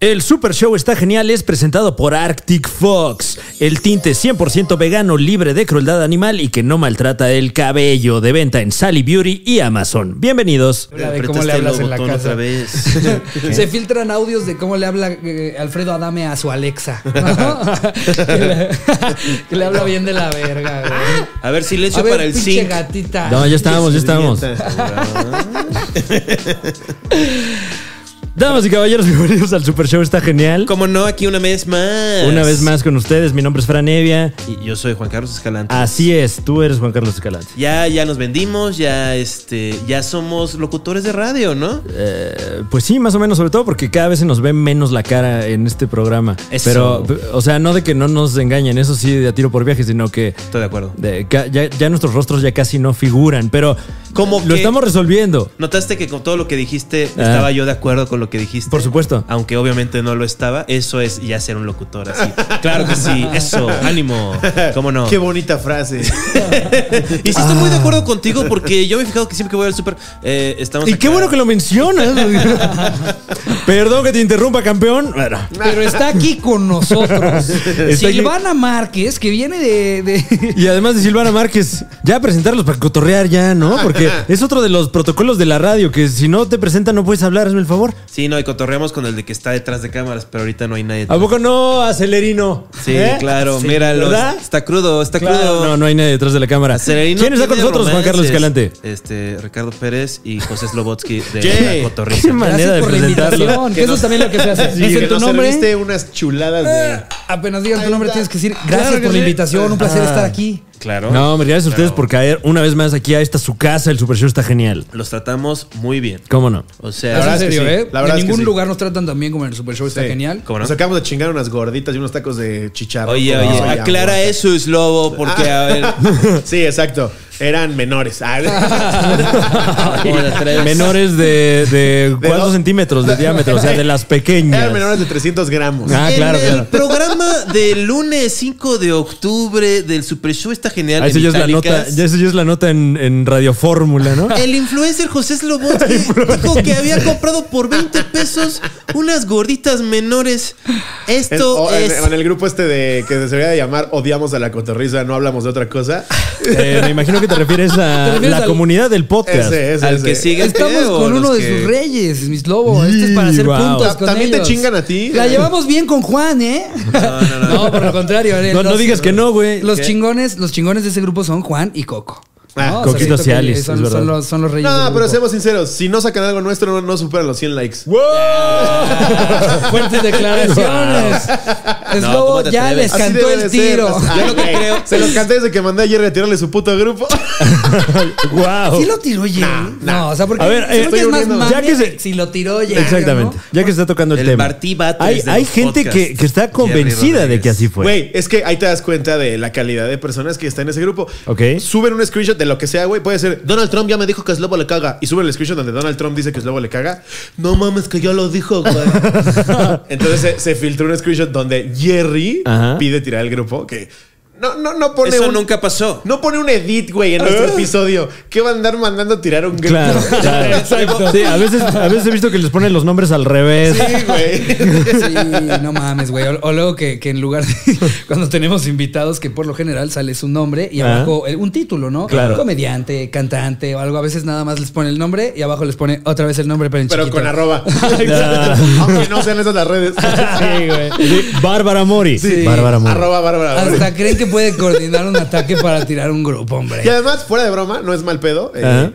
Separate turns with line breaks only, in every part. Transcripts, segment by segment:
El Super Show está genial es presentado por Arctic Fox, el tinte 100% vegano libre de crueldad animal y que no maltrata el cabello, de venta en Sally Beauty y Amazon. Bienvenidos.
La de cómo le hablas en la casa.
este otra vez.
Se filtran audios de cómo le habla eh, Alfredo Adame a su Alexa. ¿no? que, le, que le habla bien de la verga,
Ah,
güey.
A ver, silencio
A ver,
para el
pinche
zinc.
gatita.
No, ya estábamos, ya estábamos. Damas y caballeros, bienvenidos al Super Show está genial.
Como no, aquí una vez más.
Una vez más con ustedes, mi nombre es Fran Evia.
Y yo soy Juan Carlos Escalante.
Así es, tú eres Juan Carlos Escalante.
Ya, ya nos vendimos, ya este, ya somos locutores de radio, ¿no?
Eh, pues sí, más o menos, sobre todo porque cada vez se nos ve menos la cara en este programa.
Eso.
Pero, p- o sea, no de que no nos engañen, eso sí, de a tiro por viaje, sino que
Estoy de acuerdo.
de- ca- ya, ya nuestros rostros ya casi no figuran, pero
Como
lo
que-
estamos resolviendo.
Notaste que con todo lo que dijiste
Ah.
estaba yo de acuerdo con lo que dijiste.
Por supuesto.
Aunque obviamente no lo estaba. Eso es ya ser un locutor así. claro que sí. Eso. Ánimo. ¿Cómo no?
Qué bonita frase.
Y sí estoy
Ah.
muy de acuerdo contigo porque yo me he fijado que siempre que voy al súper eh, estamos
Y qué
acá.
bueno que lo mencionas. Perdón que te interrumpa, campeón. Bueno,
Pero está aquí con nosotros.
Está aquí.
Silvana Márquez, que viene de. de-
Y además de Silvana Márquez, ya presentarlos para cotorrear ya, ¿no? Porque es otro de los protocolos de la radio, que si no te presentan no puedes hablar, hazme el favor.
Sí, no, y cotorreamos con el de que está detrás de cámaras, pero ahorita no hay nadie.
¿A poco no, acelerino?
Sí,
¿Eh?
claro,
Sí,
míralo.
¿verdad?
Está crudo, está
Claro,
crudo.
No, no hay nadie detrás de la cámara.
Acelerino
¿Quién está con
tiene
nosotros, Juan
romances.
Carlos Escalante?
Este, Ricardo Pérez y José Slobotsky de
Yeah.
la Cotorrisa.
Qué mal- Manera de
Gracias por la
presentarlo.
invitación. Que eso es también lo que se hace.
Sí,
Dicen
que
tu
nos
nombre. Eh,
serviste unas chuladas
Ah,
de.
Apenas digan tu
Ahí
nombre,
está.
tienes que decir gracias
Claro que
por la
sí.
invitación. Un placer
Ah.
estar aquí.
Claro.
No, hombre, gracias a ustedes
Claro.
por caer una vez más aquí a esta su casa. El Super Show está genial.
Los tratamos muy bien.
¿Cómo no?
O
Es
sea,
La
en
verdad es que
serio,
sí.
¿eh?
La verdad
en
es que
ningún
sí.
lugar nos tratan tan bien como en el Super Show. Está
Sí.
genial.
¿Cómo no?
Nos acabamos de chingar unas gorditas y unos tacos de chicharrón.
oye,
con
oye,
queso y
aclara
agua.
eso, Slobo, porque
Ah.
a ver.
Sí, exacto. Eran menores. Ah,
Hola, tres.
Menores de, de
De
cuántos
dos-
centímetros de diámetro, o sea, de las pequeñas.
Eran menores de 300 gramos.
Ah,
En
claro,
el
claro.
programa del lunes 5 de octubre del Super Show está genial.
Ah, eso
en
ya es la nota,
itálicas.
ya eso ya es la nota en, en Radio Fórmula, ¿no?
El influencer José Slobotsky dijo que había comprado por 20 pesos unas gorditas menores.
En,
Esto
o- en-
es.
en el grupo este de que se debería de llamar Odiamos a la cotorriza, no hablamos de otra cosa.
Eh, me imagino que te refieres a
Te refieres
la
al-
comunidad del podcast.
Ese, ese,
al
ese.
que sigue el
Estamos
video,
con
los
uno de
que-
sus reyes, mis lobo. Este es para hacer
Y, wow.
puntos
Ta-
con
también te
ellos.
chingan a ti.
La llevamos bien con Juan, ¿eh? No, no, no. No, por lo contrario. eh,
No, no
los-
digas que no, güey.
Los
¿Qué?
chingones, los chingones de ese grupo son Juan y Coco.
Ah,
¿no? O sea,
Coquito
siento que
Cialis,
son,
es verdad.
son los, son los reyes. del
No,
grupo.
pero seamos sinceros. Si no sacan algo nuestro, no, no superan los 100 likes.
Fuertes declaraciones. Es
No,
lobo,
¿cómo te
ya
atreves?
les
Así
cantó
debe
el
de ser.
tiro.
Ah,
Yo lo que
güey.
creo
Se los canté desde que mandé ayer a tirarle su puto grupo.
Wow.
Sí lo tiró ya. No, o sea, porque
Ah, oh. A ver,
creo
eh,
que es
estoy
más
uniendo. Ya
mame
que se-
si lo tiró ya.
Exactamente.
¿no?
Ya que se está tocando el,
El
tema.
Bartí Bates
Hay,
de
hay
los
gente
podcasts.
que, que está
Jerry
convencida de
Rodríguez.
que así fue.
Güey, es que ahí te das cuenta de la calidad de personas que están en ese grupo.
Ok.
Suben un screenshot de lo que sea, güey. Puede ser, Donald Trump ya me dijo que Slobo le caga. Y suben el screenshot donde Donald Trump dice que Slobo le caga. No mames, que yo lo dijo, güey. Entonces se, se filtró un screenshot donde Jerry
Ajá.
pide tirar el grupo. Que no, no, no pone
Eso
un-
nunca Ah. pasó.
No pone un edit, güey, en nuestro episodio. ¿Qué va a andar mandando tirar un grupo?
Claro, claro. Sí, a veces, a veces he visto que les ponen los nombres al revés.
Sí, güey.
Sí, no mames, güey. O, o luego que, que en lugar de. Cuando tenemos invitados, que por lo general sale su nombre y
Ah.
abajo el- un título, ¿no?
Claro.
Comediante, cantante o algo. A veces nada más les pone el nombre y abajo les pone otra vez el nombre, pero en
Pero
chiquito.
con arroba. Aunque no sean esas las redes.
Ah. Sí, güey. Sí, Bárbara Mori.
Sí.
Bárbara Mori.
Arroba, Bárbara. Mori.
Hasta creen que puede coordinar un ataque para tirar un grupo, hombre.
Y además, fuera de broma, no es mal pedo. eh,
Ajá.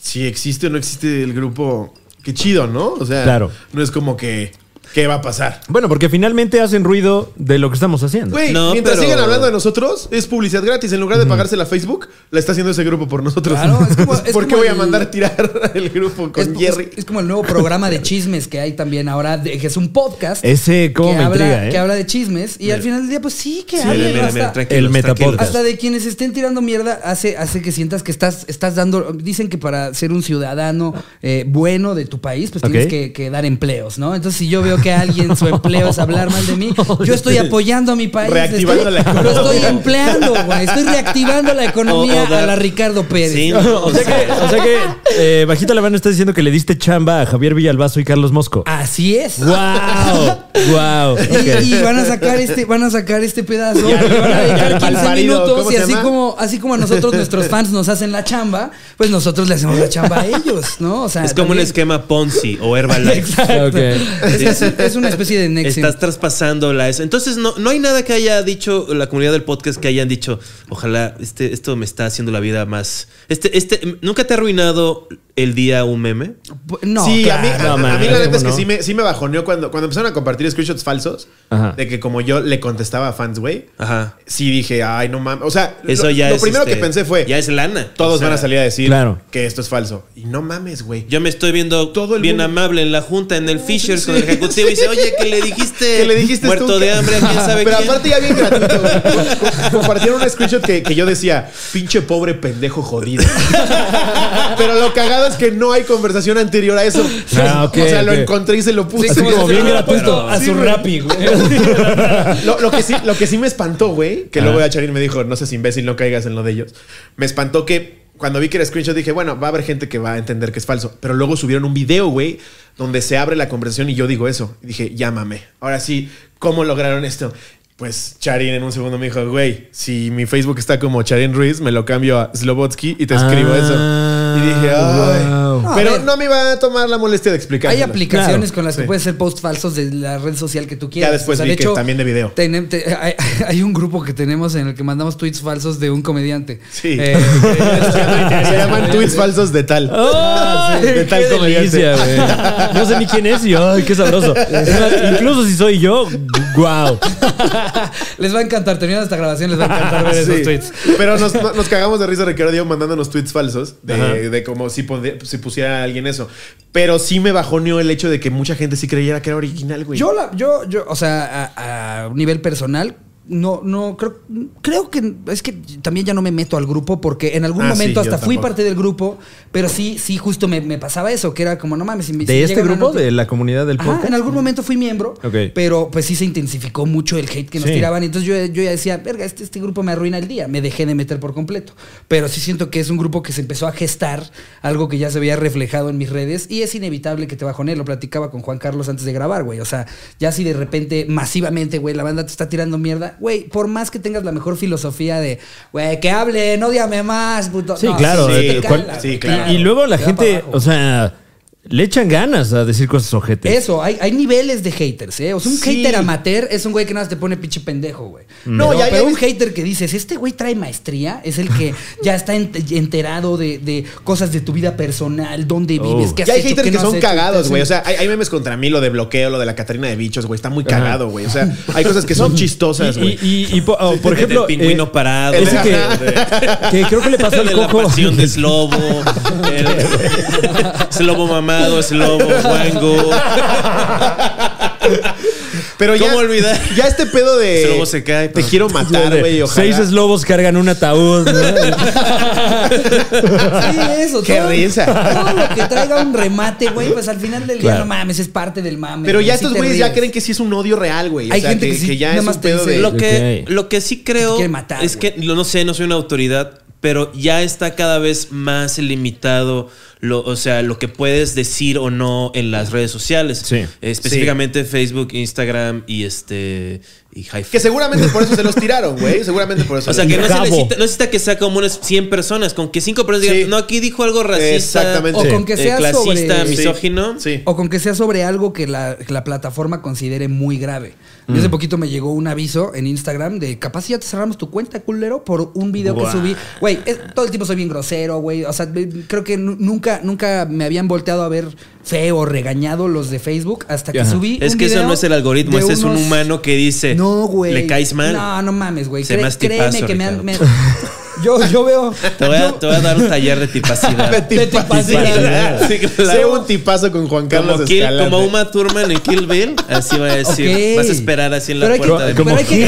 Si existe o no existe el grupo, qué chido, ¿no? O sea,
Claro.
no es como que, ¿qué va a pasar?
Bueno, porque finalmente hacen ruido de lo que estamos haciendo.
Güey,
No,
mientras
pero-
sigan hablando de nosotros, es publicidad gratis. En lugar de pagársela a Facebook, la está haciendo ese grupo por nosotros.
Claro, es como- es
¿Por
como
qué voy a
el-
mandar a tirar el grupo
Es-
con Jerry?
Es, es como el nuevo programa de chismes que hay también ahora, de- que es un podcast.
Ese cómo
que
me
habla,
intriga, ¿eh?
que habla de chismes. Y al final del día, pues sí, que
Sí,
hablen,
mira, mira,
hasta-
mira, tranquilos,
El
tranquilos.
Metapodcast.
Hasta de quienes estén tirando mierda hace, hace que sientas que estás, estás dando. Dicen que para ser un ciudadano eh, bueno de tu país, pues
Ok.
tienes que, que dar empleos, ¿no? Entonces, si yo veo veo que a alguien su empleo es hablar mal de mí, yo estoy apoyando a mi país.
Reactivando
estoy-
la economía.
Lo estoy empleando, güey. Estoy reactivando la economía
O- o dar-
a la Ricardo Pérez.
Sí, no,
O sea que, o sea que eh, bajita la mano está diciendo que le diste chamba a Javier Villalbazo y Carlos Mosco.
Ah. Así es.
¡Wow! ¡Wow!
Y, y van a sacar este, van a sacar este pedazo.
Y
Y
al-
van a
y al
dedicar 15
malparido,
minutos.
¿cómo
Y
se
así
llama?
como, así como a nosotros, nuestros fans nos hacen la chamba, pues nosotros le hacemos la chamba a ellos, ¿no? O sea,
Es como un
también-
esquema Ponzi o Herbalife.
Ok.
es, es- es una especie de Nexium.
Estás traspasando la es- Entonces, no, no hay nada que haya dicho la comunidad del podcast que hayan dicho. Ojalá este, esto me está haciendo la vida más. Este, este, ¿Nunca te ha arruinado el día un meme?
No,
sí,
claro.
a mí, a-
no,
a mí
mames,
la neta es que
¿cómo no?
sí, me, sí me bajoneó cuando, cuando empezaron a compartir screenshots falsos
Ajá.
de que como yo le contestaba a fans, güey.
Ajá.
Sí dije, ay, no mames. O sea,
Eso
lo,
ya
lo
es.
primero
este,
que pensé fue,
Ya es lana.
todos
O sea,
van a salir a decir
Claro.
que esto es falso. Y no mames, güey.
Yo me estoy viendo
Todo el
bien
mundo.
amable en la junta, en el Fishers con el ejecutivo y dice, oye, que le dijiste,
Que le dijiste
muerto
tú?
de hambre a quién sabe
Pero
quién?"
aparte ya bien gratuito, güey. Co- co- Compartieron un screenshot que, que yo decía, pinche pobre pendejo jodido. Pero lo cagado es que no hay conversación anterior a eso.
Ah, ok,
o sea, lo
ok.
encontré y se lo puse.
Sí,
como
si
bien
se lo
gratuito.
puesto a
Sí,
su
güey.
rapi, güey.
Lo, lo que sí, lo que sí me espantó, güey, que luego ya Charín me dijo, no seas imbécil, no caigas en lo de ellos. Me espantó que cuando vi que era screenshot dije, bueno, va a haber gente que va a entender que es falso. Pero luego subieron un video, güey, donde se abre la conversación y yo digo eso. Y dije, llámame. Ahora sí, ¿cómo lograron esto? Pues Charín en un segundo me dijo, güey, si mi Facebook está como Charín Ruiz, me lo cambio a Slobotsky y te escribo
Ah,
eso. Y dije, ay.
wow.
No, a
Pero
ver.
no me iba a tomar la molestia de explicar.
Hay aplicaciones
Claro,
con las que
sí.
puedes hacer posts falsos de la red social que tú quieras.
después vi que también de video.
tenem- te- hay, hay un grupo que tenemos en el que mandamos tweets falsos de un comediante.
Sí.
Eh,
Se llaman tweets falsos de tal.
Oh,
¡Ay,
De tal
qué
comediante.
delicia, güey! No sé ni quién es y ¡ay, qué sabroso! Es más, incluso si soy yo, ¡guau!
les va a encantar. Terminando esta grabación, les va a encantar ver
Ah, Sí.
esos tweets.
Pero nos, no- nos cagamos de risa de que ahora Diego mandándonos tweets falsos de, de como si, pondría- si pusiera a alguien eso. Pero sí me bajoneó el hecho de que mucha gente sí creyera que era original, güey.
Yo, la, yo, yo, o sea, a, a nivel personal, no, no, creo, creo que es que también ya no me meto al grupo porque en algún
Ah, sí,
momento
yo
hasta fui
tampoco.
parte del grupo, pero sí, sí, justo me, me pasaba eso, que era como, no mames, si me- si
¿De
me
este
llega una
grupo?
noti-
¿De la comunidad del
Ajá,
podcast?
en algún momento fui miembro,
Ok.
pero pues sí se intensificó mucho el hate que nos
Sí.
tiraban. Entonces yo, yo ya decía, verga, este, este grupo me arruina el día. Me dejé de meter por completo. Pero sí siento que es un grupo que se empezó a gestar, algo que ya se veía reflejado en mis redes. Y es inevitable que te bajonees. Lo platicaba con Juan Carlos antes de grabar, güey. O sea, ya si de repente masivamente, güey, la banda te está tirando mierda, güey, por más que tengas la mejor filosofía de, güey, que hable, no odiame más, puto.
Sí,
No,
claro.
sí,
eh,
sí,
cual-
cala,
y-
sí, claro.
y, luego la
Te da para
gente,
abajo.
o sea, le echan ganas a decir cosas ojetes.
Eso, hay, hay niveles de haters, ¿eh? O sea, un
Sí.
hater amateur es un güey que nada más te pone pinche pendejo, güey.
No,
Mm. No, pero,
ya- ya
pero un
ves-
hater que dices, este güey trae maestría, es el que ya está ent- enterado de, de cosas de tu vida personal, dónde
Oh.
vives, qué has
Ya hay
hecho,
haters
qué
que
no has
son
hecho.
cagados, güey. O
Sí.
sea, hay, hay memes contra mí, lo de bloqueo, lo de la Catarina de bichos, güey. Está muy cagado, güey. O sea, hay cosas que son chistosas,
Y,
güey.
y- y- y po- oh, por
El del
ejemplo,
pingüino
eh,
parado.
ese que,
Ajá.
que creo que le pasó
de
al
la
coco.
pasión de Slobo. el- Slobo mamado, Slobo guango.
Pero ya,
¿Cómo olvidar?
ya este pedo de.
Ese lobo se cae,
Te
pero-
quiero matar, güey. Ojalá.
Seis eslobos cargan un ataúd. ¿no?
Sí, eso.
Qué
todo-
risa.
Todo lo que traiga un remate, güey, pues al final del día,
Claro.
no mames, es parte del mame.
Pero
güey,
ya
sí
estos
te
güeyes ya
ríes.
creen que sí es un odio real, güey. O
Hay
sea,
gente
que,
que sí,
ya
nada
es
más
un
te
pedo
dice,
de.
"Lo
Lo que,
Ok.
lo que sí
Te
creo
quiere matar,
es que, lo- no sé, no soy una autoridad, pero ya está cada vez más limitado, lo, o sea, lo que puedes decir o no en las redes sociales.
Sí.
Eh, Específicamente Facebook, Instagram y este... Y hi-fi.
Que seguramente por eso se los tiraron, güey. Seguramente por eso.
O sea,
los
que no se,
Jabo.
necesita, no necesita que sea como unas 100 personas, con que 5 personas digan,
Sí.
no, aquí dijo algo racista.
Exactamente.
O
Sí.
con que
eh,
sea
clasista,
sobre...
misógino.
Sí.
O con que sea sobre algo que la, que la plataforma considere muy grave. Y
Mm.
Hace poquito me llegó un aviso en Instagram de capaz ya te cerramos tu cuenta, culero, por un video que
Guau.
subí. Güey, es- todo el tiempo soy bien grosero, güey. O sea, ve- creo que nu- nunca, nunca me habían volteado a ver feo o regañado los de Facebook hasta que
Ajá.
subí.
Es
un
que eso
video
no es el algoritmo,
de
ese es un
unos-
humano que dice,
No, güey.
le caes mal.
No, no mames, güey.
Se
Cre-
me hace
créeme
tipazo,
que me han. me-
Ricardo.
Yo, yo veo.
Te voy, a,
yo-
te voy a dar un taller de tipacidad.
De tipacidad.
tipacidad. Sí, claro.
Sé un tipazo con Juan Carlos
Como, Kill,
Escalante.
como Uma Thurman en Kill Bill, así va a decir.
Ok.
Vas a esperar así en la
pero hay que-
puerta de mi
pero hay que
genio,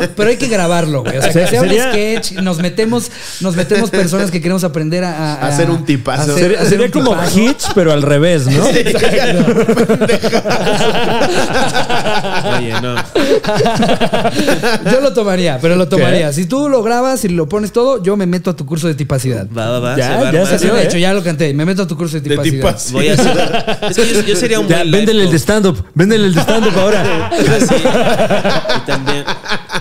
¿no?
pero hay que grabarlo, güey. O sea, que
Se-
sea un
sería-
sketch, nos metemos, nos metemos personas que queremos aprender a,
A hacer un tipazo.
hacer-
Sería,
hacer
sería
un
como
tipazo.
Hitch, pero al revés, ¿no?
Oye, no.
Yo lo tomaría, pero lo tomaría. Si tú lo grabas y lo pones todo, yo me meto a tu curso de tipacidad.
Va, va, va.
Ya,
se va a
ya
armar.
se
Así lo he
¿eh?
hecho, ya lo canté. Me meto a tu curso de
De
tipacidad.
tipazo.
Voy a hacer. Es que yo, yo sería un
Ya,
buen
véndele el
life
de stand-up. Véndele el de stand-up ahora.
Ah, sí. Y también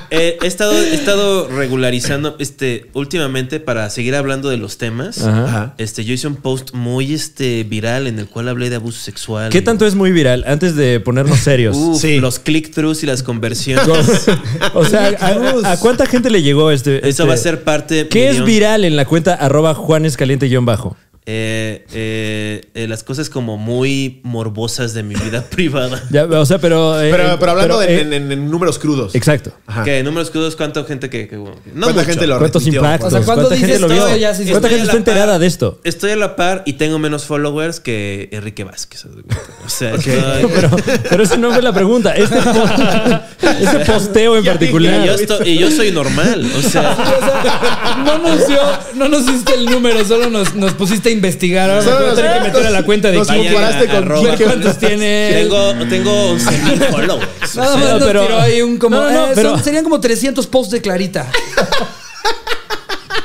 eh, he, estado, he estado regularizando este últimamente para seguir hablando de los temas.
Ajá.
Este, yo hice un post muy este viral en el cual hablé de abuso sexual.
¿Qué tanto es muy viral? Antes de ponernos serios.
Uf,
Sí.
los click-throughs y las conversiones.
o sea, ¿a, a cuánta gente le llegó este?
Eso
este-
va a ser parte.
¿Qué es
millón.
viral en la cuenta arroba juanescaliente-bajo?
Eh, eh, eh, las cosas como muy morbosas de mi vida privada.
Ya, o sea, pero... eh,
Pero, pero
pero,
hablando de,
eh,
en, en- en números crudos.
Exacto.
Ajá.
Que números crudos, ¿cuánta gente que, que- no
¿Cuánta
mucho.
gente lo pues.
¿Cuántos
retuiteó?
impactos?
O sea, ¿cuándo
¿Cuánta gente
dices
lo vio?
todo? Ya sí, sí.
¿Cuánta
Estoy
gente
a la
está enterada
par-
de esto?
Estoy a la par y tengo menos followers que Enrique Vázquez. O sea,
No,
estoy-
pero, pero esa no fue la pregunta. Este, po- este posteo en
Ya
particular.
Y yo, estoy- y yo soy normal. O sea,
O sea, no nos dio, no nos diste el número, solo nos, nos pusiste a investigar. Ahora me
Solo
voy a
nos-
tener que meter a la cuenta de
nos
quién.
vayan a-
comparaste con
arroba-
quién,
cuántos tiene.
tengo, tengo 11,000 followers. O
Nada
sea,
más nos
pero-
tiró ahí un como.
No, no,
eh,
pero-
son- serían como 300 posts de Clarita.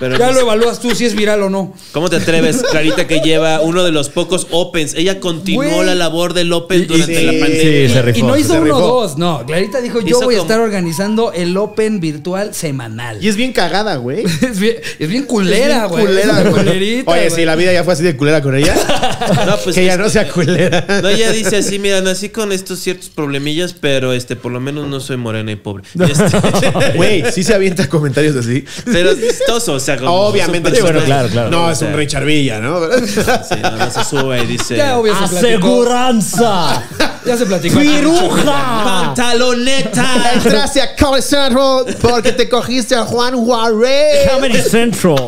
pero pues
Ya lo evalúas tú si es viral o no.
¿Cómo te atreves, Clarita, que lleva uno de los pocos Opens? Ella continuó
Güey.
la labor del Open
Y- y-
durante
sí,
la
Sí,
pandemia.
se
Y
rifó.
no hizo
se
uno o
rifó.
dos. No, Clarita dijo: Yo
Hizo
voy a
como-
estar organizando el Open virtual semanal.
Y es bien cagada, güey.
Es bien, es bien culera,
Es bien
güey.
culera,
Es
güey.
culerita,
Oye,
güey.
si la vida ya fue así de culera con ella,
No, pues,
que
es-
ya no sea culera.
no, ella dice así, mira, nací con estos ciertos problemillas, pero este, por lo menos no soy morena y pobre. Este,
Güey, sí se avienta comentarios así.
pero es chistoso, o sea, como
Obviamente.
su
Sí, bueno,
personaje.
claro, claro.
No,
O
es
sea,
un Richard Villa, ¿no?
Sí, nada más se sube y dice...
Ya, obvio, se platicó.
¡Aseguranza!
Ya se platicó.
"Ah,
¡Piruja!
¡Pantaloneta!
Entraste a Cowboy Central porque te cogiste a Juan Juárez.
Comedy Central.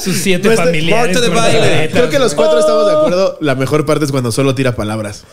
Sus siete
Pues,
familiares.
muerte de
con
baile.
tarjetas,
Creo que los
güey.
cuatro estamos de
Oh.
acuerdo. La mejor parte es cuando solo tira palabras.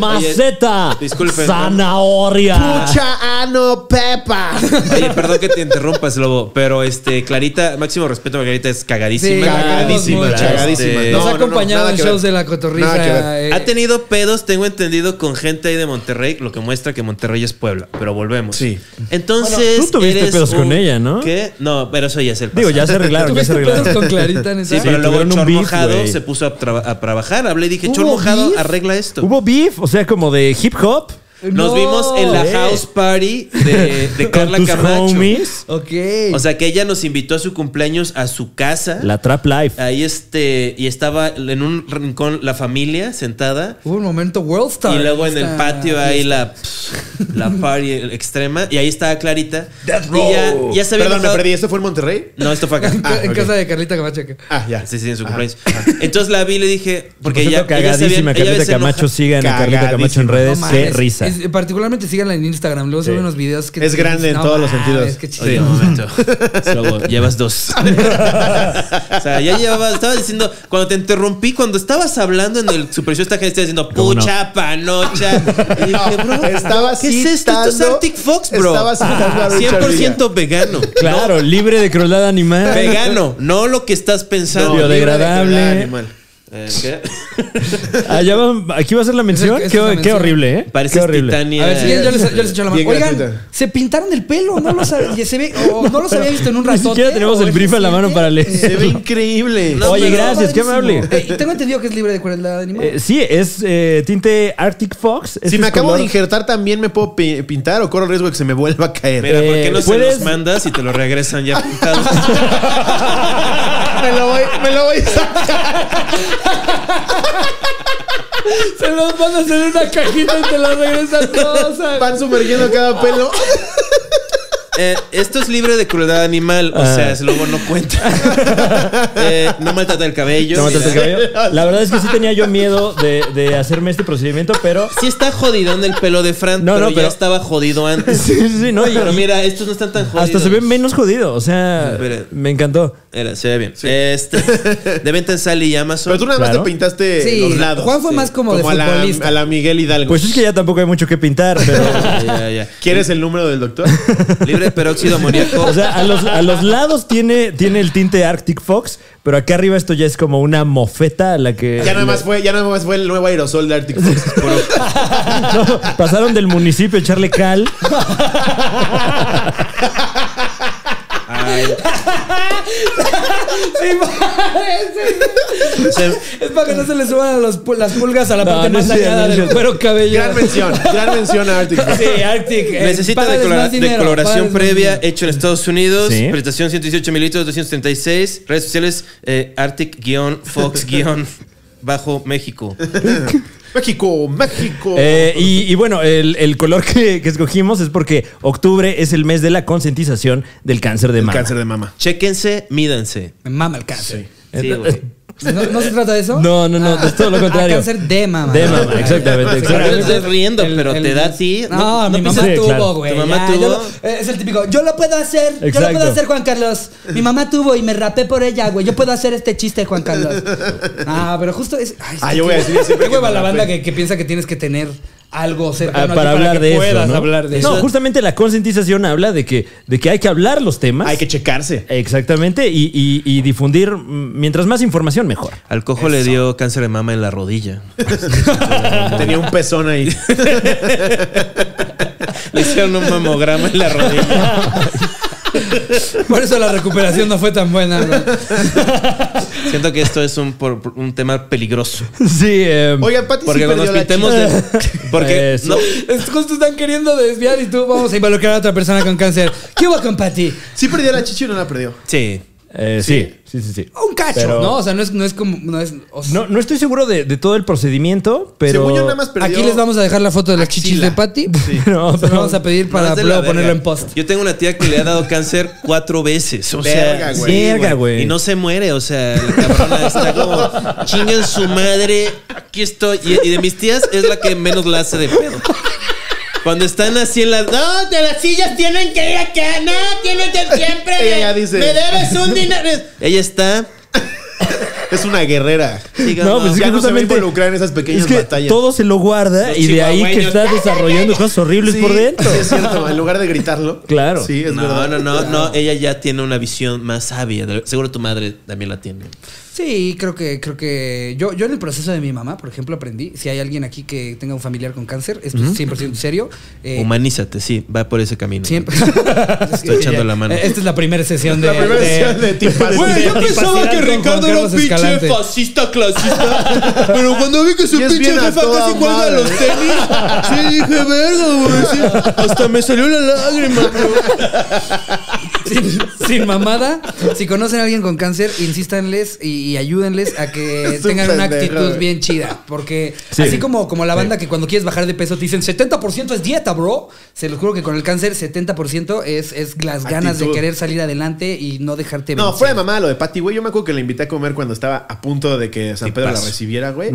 Maceta.
disculpen, ¿no?
Zanahoria.
Ah.
ano pepa.
Oye, perdón que te interrumpas, Lobo, pero este, Clarita, máximo respeto a Clarita, es cagadísima.
Sí, cagadísima,
Este,
cagadísima. No,
Nos ha
no, no,
acompañado
nada
en
que ver.
shows de la
Nada que
cotorrisa.
ver.
eh,
Ha tenido pedos, tengo entendido, con gente ahí de Monterrey, lo que muestra que Monterrey es Puebla, pero volvemos.
Sí.
Entonces.
Bueno, tú tuviste
eres
pedos con
un-
ella, ¿no?
¿Qué? No, pero eso ya es el pasado.
Digo, ya se arreglaron, ya se
¿Tuviste pedos
arreglaron.
con Clarita, neta?
Sí, pero luego
tuvieron
el
un
chor
beef,
mojado
güey.
se puso a, tra- a trabajar. Hablé y dije, chor
¿Hubo
mojado,
beef?
arregla esto.
Hubo beef, o sea, como de hip hop.
Nos
No,
vimos en la
eh.
house party de,
Con
de Carla
tus
Camacho.
homies.
Ok.
O sea que ella nos invitó a su cumpleaños a su casa.
La Trap Life.
Ahí este, y estaba en un rincón la familia sentada.
Hubo un momento World Star.
Y luego en el
Esta-
patio ahí la, la party extrema. Y ahí estaba Clarita.
Row.
Y ya, ya se había
Perdón, me
bajado-
perdí. ¿Esto fue en Monterrey?
No, esto fue acá.
En,
Ah,
en
ok.
casa de Carlita Camacho. acá.
Ah, ya.
Sí, sí, en su cumpleaños. Entonces la vi y le dije, porque
Por
ella,
cierto,
ella se había-
cagadísima.
ella
Carlita
se enoja.
Camacho, sigan a Carlita Camacho en
Cagadísima.
redes.
No
Qué
mames.
risa.
Y particularmente síganla en Instagram. Luego sube unos videos que.
Es grande en todos los sentidos.
qué chido.
Oye, un momento. Slobo, llevas dos. o sea, ya llevaba, estaba diciendo, cuando te interrumpí, cuando estabas hablando en el Super Show, esta gente estaba diciendo,
¿Cómo no?
pucha, panocha. Y dije, bro,
Estaba
¿qué es esto? Esto es
citando-
Arctic Fox, bro.
estaba citando a Richard
100% vegano.
Claro, libre de crueldad animal.
Vegano, no lo que estás pensando.
No, Biodegradable.
libre de crueldad animal.
Eh, ¿qué?
Allá va- aquí va a ser la mención.
Esa- esa
qué,
es la
qué
mención.
horrible, ¿eh?
Pareces
qué horrible.
Titania.
A ver, si quieren, yo les, yo les echo la mano.
Bien
Oigan,
gratuita.
se pintaron el pelo, no lo sabía, se ve, o no los había visto en un
Ni
ratón.
siquiera tenemos el brief a la mano para
Se
leer.
ve increíble.
No,
Oye,
pero-
gracias, qué amable.
Eh, tengo entendido que es libre de crueldad animal.
Eh, sí, es eh, tinte Arctic Fox. Este
Si me
es
acabo
color-
de injertar, ¿también me puedo pi- pintar o corro el riesgo de que se me vuelva a caer?
Mira, ¿por qué no
Eh,
se
¿puedes?
los mandas y te lo regresan ya pintado?
me lo voy, me lo voy sacando.
Se los van a hacer en una cajita y te los regresan todos.
Van sumergiendo cada pelo.
Eh, esto es libre de crueldad animal, o
Ah.
sea, ese lobo no cuenta. Eh, no maltrata el cabello.
No mataste el cabello. La verdad es que sí tenía yo miedo de, de hacerme este procedimiento, pero.
Sí está jodidón el pelo de Fran,
No,
pero,
no,
ya
pero-
estaba jodido antes.
Sí, sí, no. y-
pero
y
mira, estos no están tan jodidos.
hasta se ve menos jodido. O sea,
Pero-
me encantó.
Era, se ve bien. Este, de venta en Sally y Amazon.
Pero tú nada más
Claro.
te pintaste
Sí,
los lados.
Juan fue más como de
a la,
futbolista.
a la Miguel Hidalgo.
Pues es que ya tampoco hay mucho que pintar, pero.
Ya, ya, ya.
¿Quieres el número del doctor?
Libre de peróxido amoníaco.
O sea, a los, a los lados tiene, tiene el tinte Arctic Fox, pero acá arriba esto ya es como una mofeta a la que.
ya nada más fue, ya nada más fue el nuevo aerosol de Arctic Fox.
No, pasaron del municipio a echarle cal.
Ay,
Sí, parece.
se-
Es para que no se le suban a los pu- las pulgas a la
No,
parte
no
más
es cierto,
dañada
no es
del
cierto.
cuero
gran
cabelludo.
mención, gran mención a Arctic Fox.
Sí, Arctic. eh,
Necesita
págales
decora-
más dinero,
decoloración
págales más
previa
dinero.
hecho en Estados Unidos.
Sí.
Prestación 118 mililitros, 236. Redes sociales eh, Arctic-Fox-Bajo México.
México, México.
Eh, y, y bueno, el, el color que, que escogimos es porque octubre es el mes de la concientización del cáncer de
el
mama.
cáncer de mama.
Chéquense, mídanse.
Me mama el cáncer.
Sí, güey.
¿No, no se trata de eso?
No, no, no, es todo lo
Ah,
contrario.
cáncer de mama.
De mama, exactamente,
Claro,
exactamente.
no estás riendo, pero te da a ti. pues,
No, mi mamá
pienses- Sí, claro.
tuvo, güey.
Tu mamá
Ya, yo
tuvo.
lo- eh, es el típico, yo lo puedo hacer, yo lo
Exacto.
puedo hacer, Juan Carlos. Mi mamá tuvo y me rapé por ella, güey. Yo puedo hacer este chiste, Juan Carlos. Ah, pero justo es. Ay,
Ah,
sí,
yo voy a decir siempre
Qué hueva
que
la
me rapé.
banda que, que piensa que tienes que tener algo cercano
Ah,
a ti
para hablar
que
de eso.
puedas
¿no?
hablar de
No,
eso.
justamente la concientización habla de que, de que hay que hablar los temas.
Hay que checarse.
Exactamente, y, y- y difundir mm, mientras más información mejor.
Al cojo le dio cáncer de mama en la rodilla.
Tenía un pezón ahí.
Le hicieron un mamograma en la rodilla.
Por eso la recuperación no fue tan buena. güey.
Siento que esto es un, por- por un tema peligroso.
Sí, eh,
Oigan, Pati, sí
Porque cuando nos
perdió la
pintemos
chica.
de. Porque.
Eso.
No,
Es- Justo están queriendo desviar y tú vamos a involucrar a otra persona con cáncer. ¿Qué hubo con Patty?
¿Sí perdió la chichi o no la perdió?
sí.
eh, sí, sí, sí, sí.
Un cacho,
Pero-
¿no? O sea, no es, no es como. No es, o sea,
No, no estoy seguro de, de todo el procedimiento, pero.
Según yo nada más perdió.
Aquí les vamos a dejar la foto de las
Axila.
chichis de Patty.
No,
Se lo
pero-
vamos a pedir
No,
para
es de la
luego
verga.
ponerlo en post.
Yo tengo una tía que le ha dado cáncer cuatro veces. O
Verga,
sea,
güey.
sí,
Verga, güey.
Y no se muere. O sea, la cabrona está como chingan su madre. Aquí estoy. Y, y de mis tías es la que menos la hace de pedo. Cuando están así en las. No, de las sillas tienen que ir acá. No, tienen que siempre.
Ella ya dice.
Me debes un dinero. Ella está.
Es una guerrera.
siga,
No, pues es
Ya
que
no se va a
justamente-
involucrar en esas pequeñas
es que
batallas.
Todo se lo guarda
Los
y de ahí que
chihuahueños.
está desarrollando cosas horribles
Sí,
Pues por dentro.
Sí, es cierto. En lugar de gritarlo.
Claro.
Sí, es
no,
verdad.
no, no, no, ella ya tiene una visión más sabia. De- Seguro tu madre también la tiene.
Sí, creo que, creo que. Yo, yo en el proceso de mi mamá, por ejemplo, aprendí. Si hay alguien aquí que tenga un familiar con cáncer, esto es 100% serio. eh,
Humanízate, sí, va por ese camino.
Siempre.
Estoy echando la mano.
Eh, Esta es la primera sesión de.
La
eh,
primera
de-
sesión de tipas.
Güey, yo pensaba que Ricardo era un pinche
fascista, clasista. pero cuando vi que su
Y es bien a toda madre.
tenis, sí dije, verga, güey. sí, hasta me salió la lágrima, bro.
sin, sin mamada, si conocen a alguien con cáncer, insístanles y, y ayúdenles a que
Es un
tengan una
pendejo,
actitud
güey.
bien chida. Porque
Sí.
así como, como la banda que cuando quieres bajar de peso te dicen 70% es dieta, bro. Se los juro que con el cáncer 70% es, es las ganas de
Actitud.
querer salir adelante y no
eh,
dejarte
No,
vencer.
fuera de mamá, lo de Patty, güey. Yo me acuerdo que la invité a comer cuando estaba a punto de que San Pedro la
Tipazo.
recibiera, güey.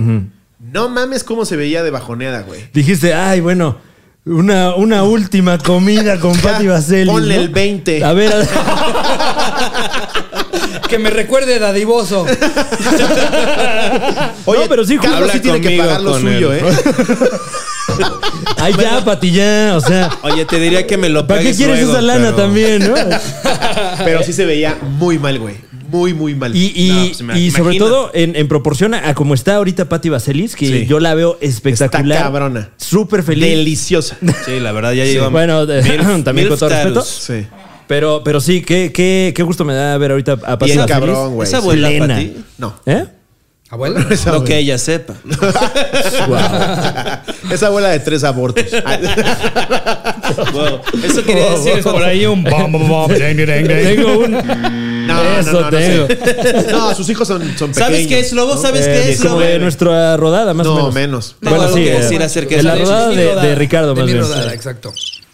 No mames cómo se veía de bajoneada, güey.
Dijiste, ay, bueno, una, una última comida con Patti Vaselli.
Ponle
¿no?
el 20.
A ver, a-
Que me recuerde dadivoso.
Oye,
pero sí,
Carlos
habla
sí tiene que
conmigo
pagar lo
con
suyo,
él.
¿eh?
ay, ya, Pati, ya. O sea,
Oye, te diría que me lo
¿para qué
pagues
quieres
luego,
esa lana
pero-
también, no?
Pero sí se veía muy mal, güey. Muy, muy mal.
Y, y-
No, pues, me-
y sobre
imagino.
todo en, en proporción a, a como está ahorita Patti Vaselis, que
Sí.
yo la veo espectacular.
Está cabrona.
Súper feliz.
Deliciosa.
Sí, la verdad, ya llevamos.
Bueno, de- también con todo
status.
respeto.
Sí.
Pero, pero sí, qué, qué, qué gusto me da ver ahorita a Pati
Bien
Vaselis.
cabrón, güey.
Es abuela,
Plena.
Pati.
No.
¿Eh?
Abuela.
Esa
Lo que
abuela.
ella sepa.
Esa abuela de tres abortos. Ah,
Wow. Eso quería decir.
por ahí un bom, bom, bom, ding, ding, ding.
Tengo un.
No,
Eso
no, no, no,
tengo.
sé. No, sus hijos son, son pequeños.
¿Sabes qué es lobo? ¿Sabes qué
eh,
es
como
lobo?
de nuestra rodada, más o
No,
menos.
menos.
Tengo
Bueno,
algo
sí.
que
eh,
decir acerca
de
de
la
eso.
rodada
mi
de,
rodada.
de Ricardo,
De
más
mi
bien.
rodada, exacto.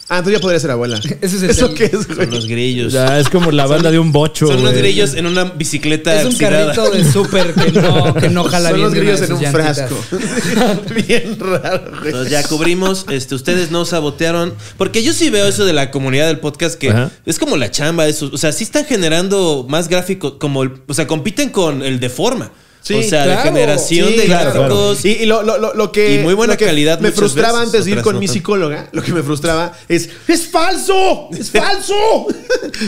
Ah, entonces ya podría ser abuela.
Ese es el
¿Eso
del-
qué es, güey?
Son los grillos.
Ya, es como la banda de un bocho.
Son unos
güey.
grillos en una bicicleta
Es un
oxidada.
carrito de súper que no, que no jala
Son
bien.
los
de una
grillos
de
en un
sus llantitas.
frasco. Bien raro, güey.
Entonces ya cubrimos, este, ustedes no sabotearon. Porque yo sí veo eso de la comunidad del podcast que
Ajá.
es como la chamba, eso. O sea, sí están generando más gráficos, como el- o sea, compiten con el de forma.
Sí,
o sea,
claro.
de generación
Sí,
de
claro,
gráficos.
Y, y lo, lo- lo- lo que.
Y muy buena
lo que
calidad
Me
muchas
frustraba
veces,
antes de ir
otras
con
no
mi
tanto.
psicóloga. Lo que me frustraba es. ¡Es falso! ¡Es falso!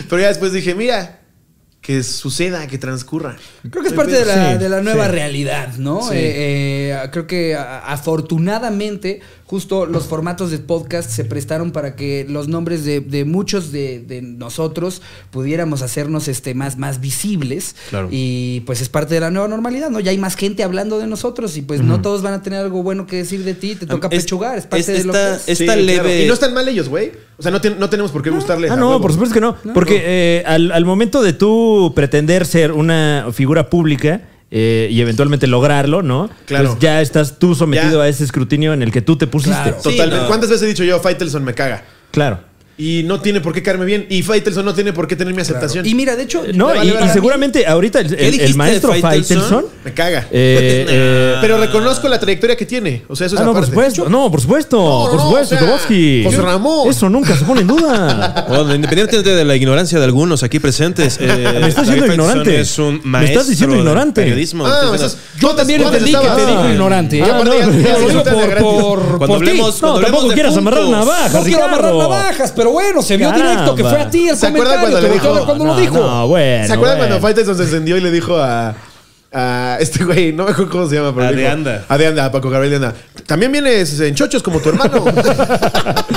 Pero ya después dije, mira, que suceda, que transcurra.
Creo que es parte de la,
Sí,
de la nueva
sí.
realidad, ¿no? Eh, eh, creo que a- afortunadamente justo los formatos de podcast se prestaron para que los nombres de, de muchos de, de nosotros pudiéramos hacernos este, más, más visibles.
Claro.
Y pues es parte de la nueva normalidad, ¿no? Ya hay más gente hablando de nosotros y pues no todos van a tener algo bueno que decir de ti, te toca
Es-
pechugar, es parte
es
de lo
esta-
que es.
es- Esta
claro.
leve-
Y no están mal ellos, güey. O sea, no, ten- no tenemos por qué gustarles.
Ah,
a
no,
huevo.
por supuesto que no. Porque eh, al, al momento de tú pretender ser una figura pública eh, y eventualmente lograrlo, ¿no?
Claro.
Pues ya estás tú sometido
Ya.
a ese escrutinio en el que tú te pusiste.
Claro.
Totalmente.
Sí, no.
¿Cuántas veces he dicho yo, Faitelson me caga?
Claro.
Y no tiene por qué caerme bien. Y Faitelson no tiene por qué tener mi aceptación.
Y mira, de hecho,
No,
vale
y, y
verga.
seguramente ahorita el, el- el
dijiste de
maestro
Faitelson?
Faitelson.
Me caga.
eh, eh,
Pero reconozco la trayectoria que tiene. O sea, eso es
ah, no, por
aparte.
supuesto. No, por supuesto.
No, no,
por
no,
supuesto,
o sea,
Tobovsky.
José Ramón.
Eso nunca se pone en duda.
Bueno, oh, independientemente de la ignorancia de algunos aquí presentes, eh,
Me estás
David
diciendo
Faitelson
ignorante.
es un
Me
maestro
estás diciendo
del
ignorante.
periodismo.
Ah,
Entonces,
o sea,
yo también
¿cuándo
entendí que
estaba?
te dijo
Ah.
ignorante.
Ah,
¿eh?
no, pero-
ya- ya-
Lo digo
Está de
por,
gratis.
por-
Cuando
por ti.
hablemos-
No,
Cuando hablemos
tampoco
de
quieras
puntos.
amarrar navajas.
No quiero amarrar
Ricardo.
navajas, pero bueno, se vio
Caramba.
directo que fue a ti el
¿Se
comentario.
acuerdan cuando
te
le
volteo a ver
dijo?
cuando
no,
lo dijo.
No, Eh. bueno.
¿Se acuerdan
bueno.
cuando Faitelson se encendió y le dijo a. a este güey, no me acuerdo cómo se llama, pero.
A
le
De
dijo-
Anda.
A de anda, a Paco Gabriel de anda. También vienes en chochos como tu hermano.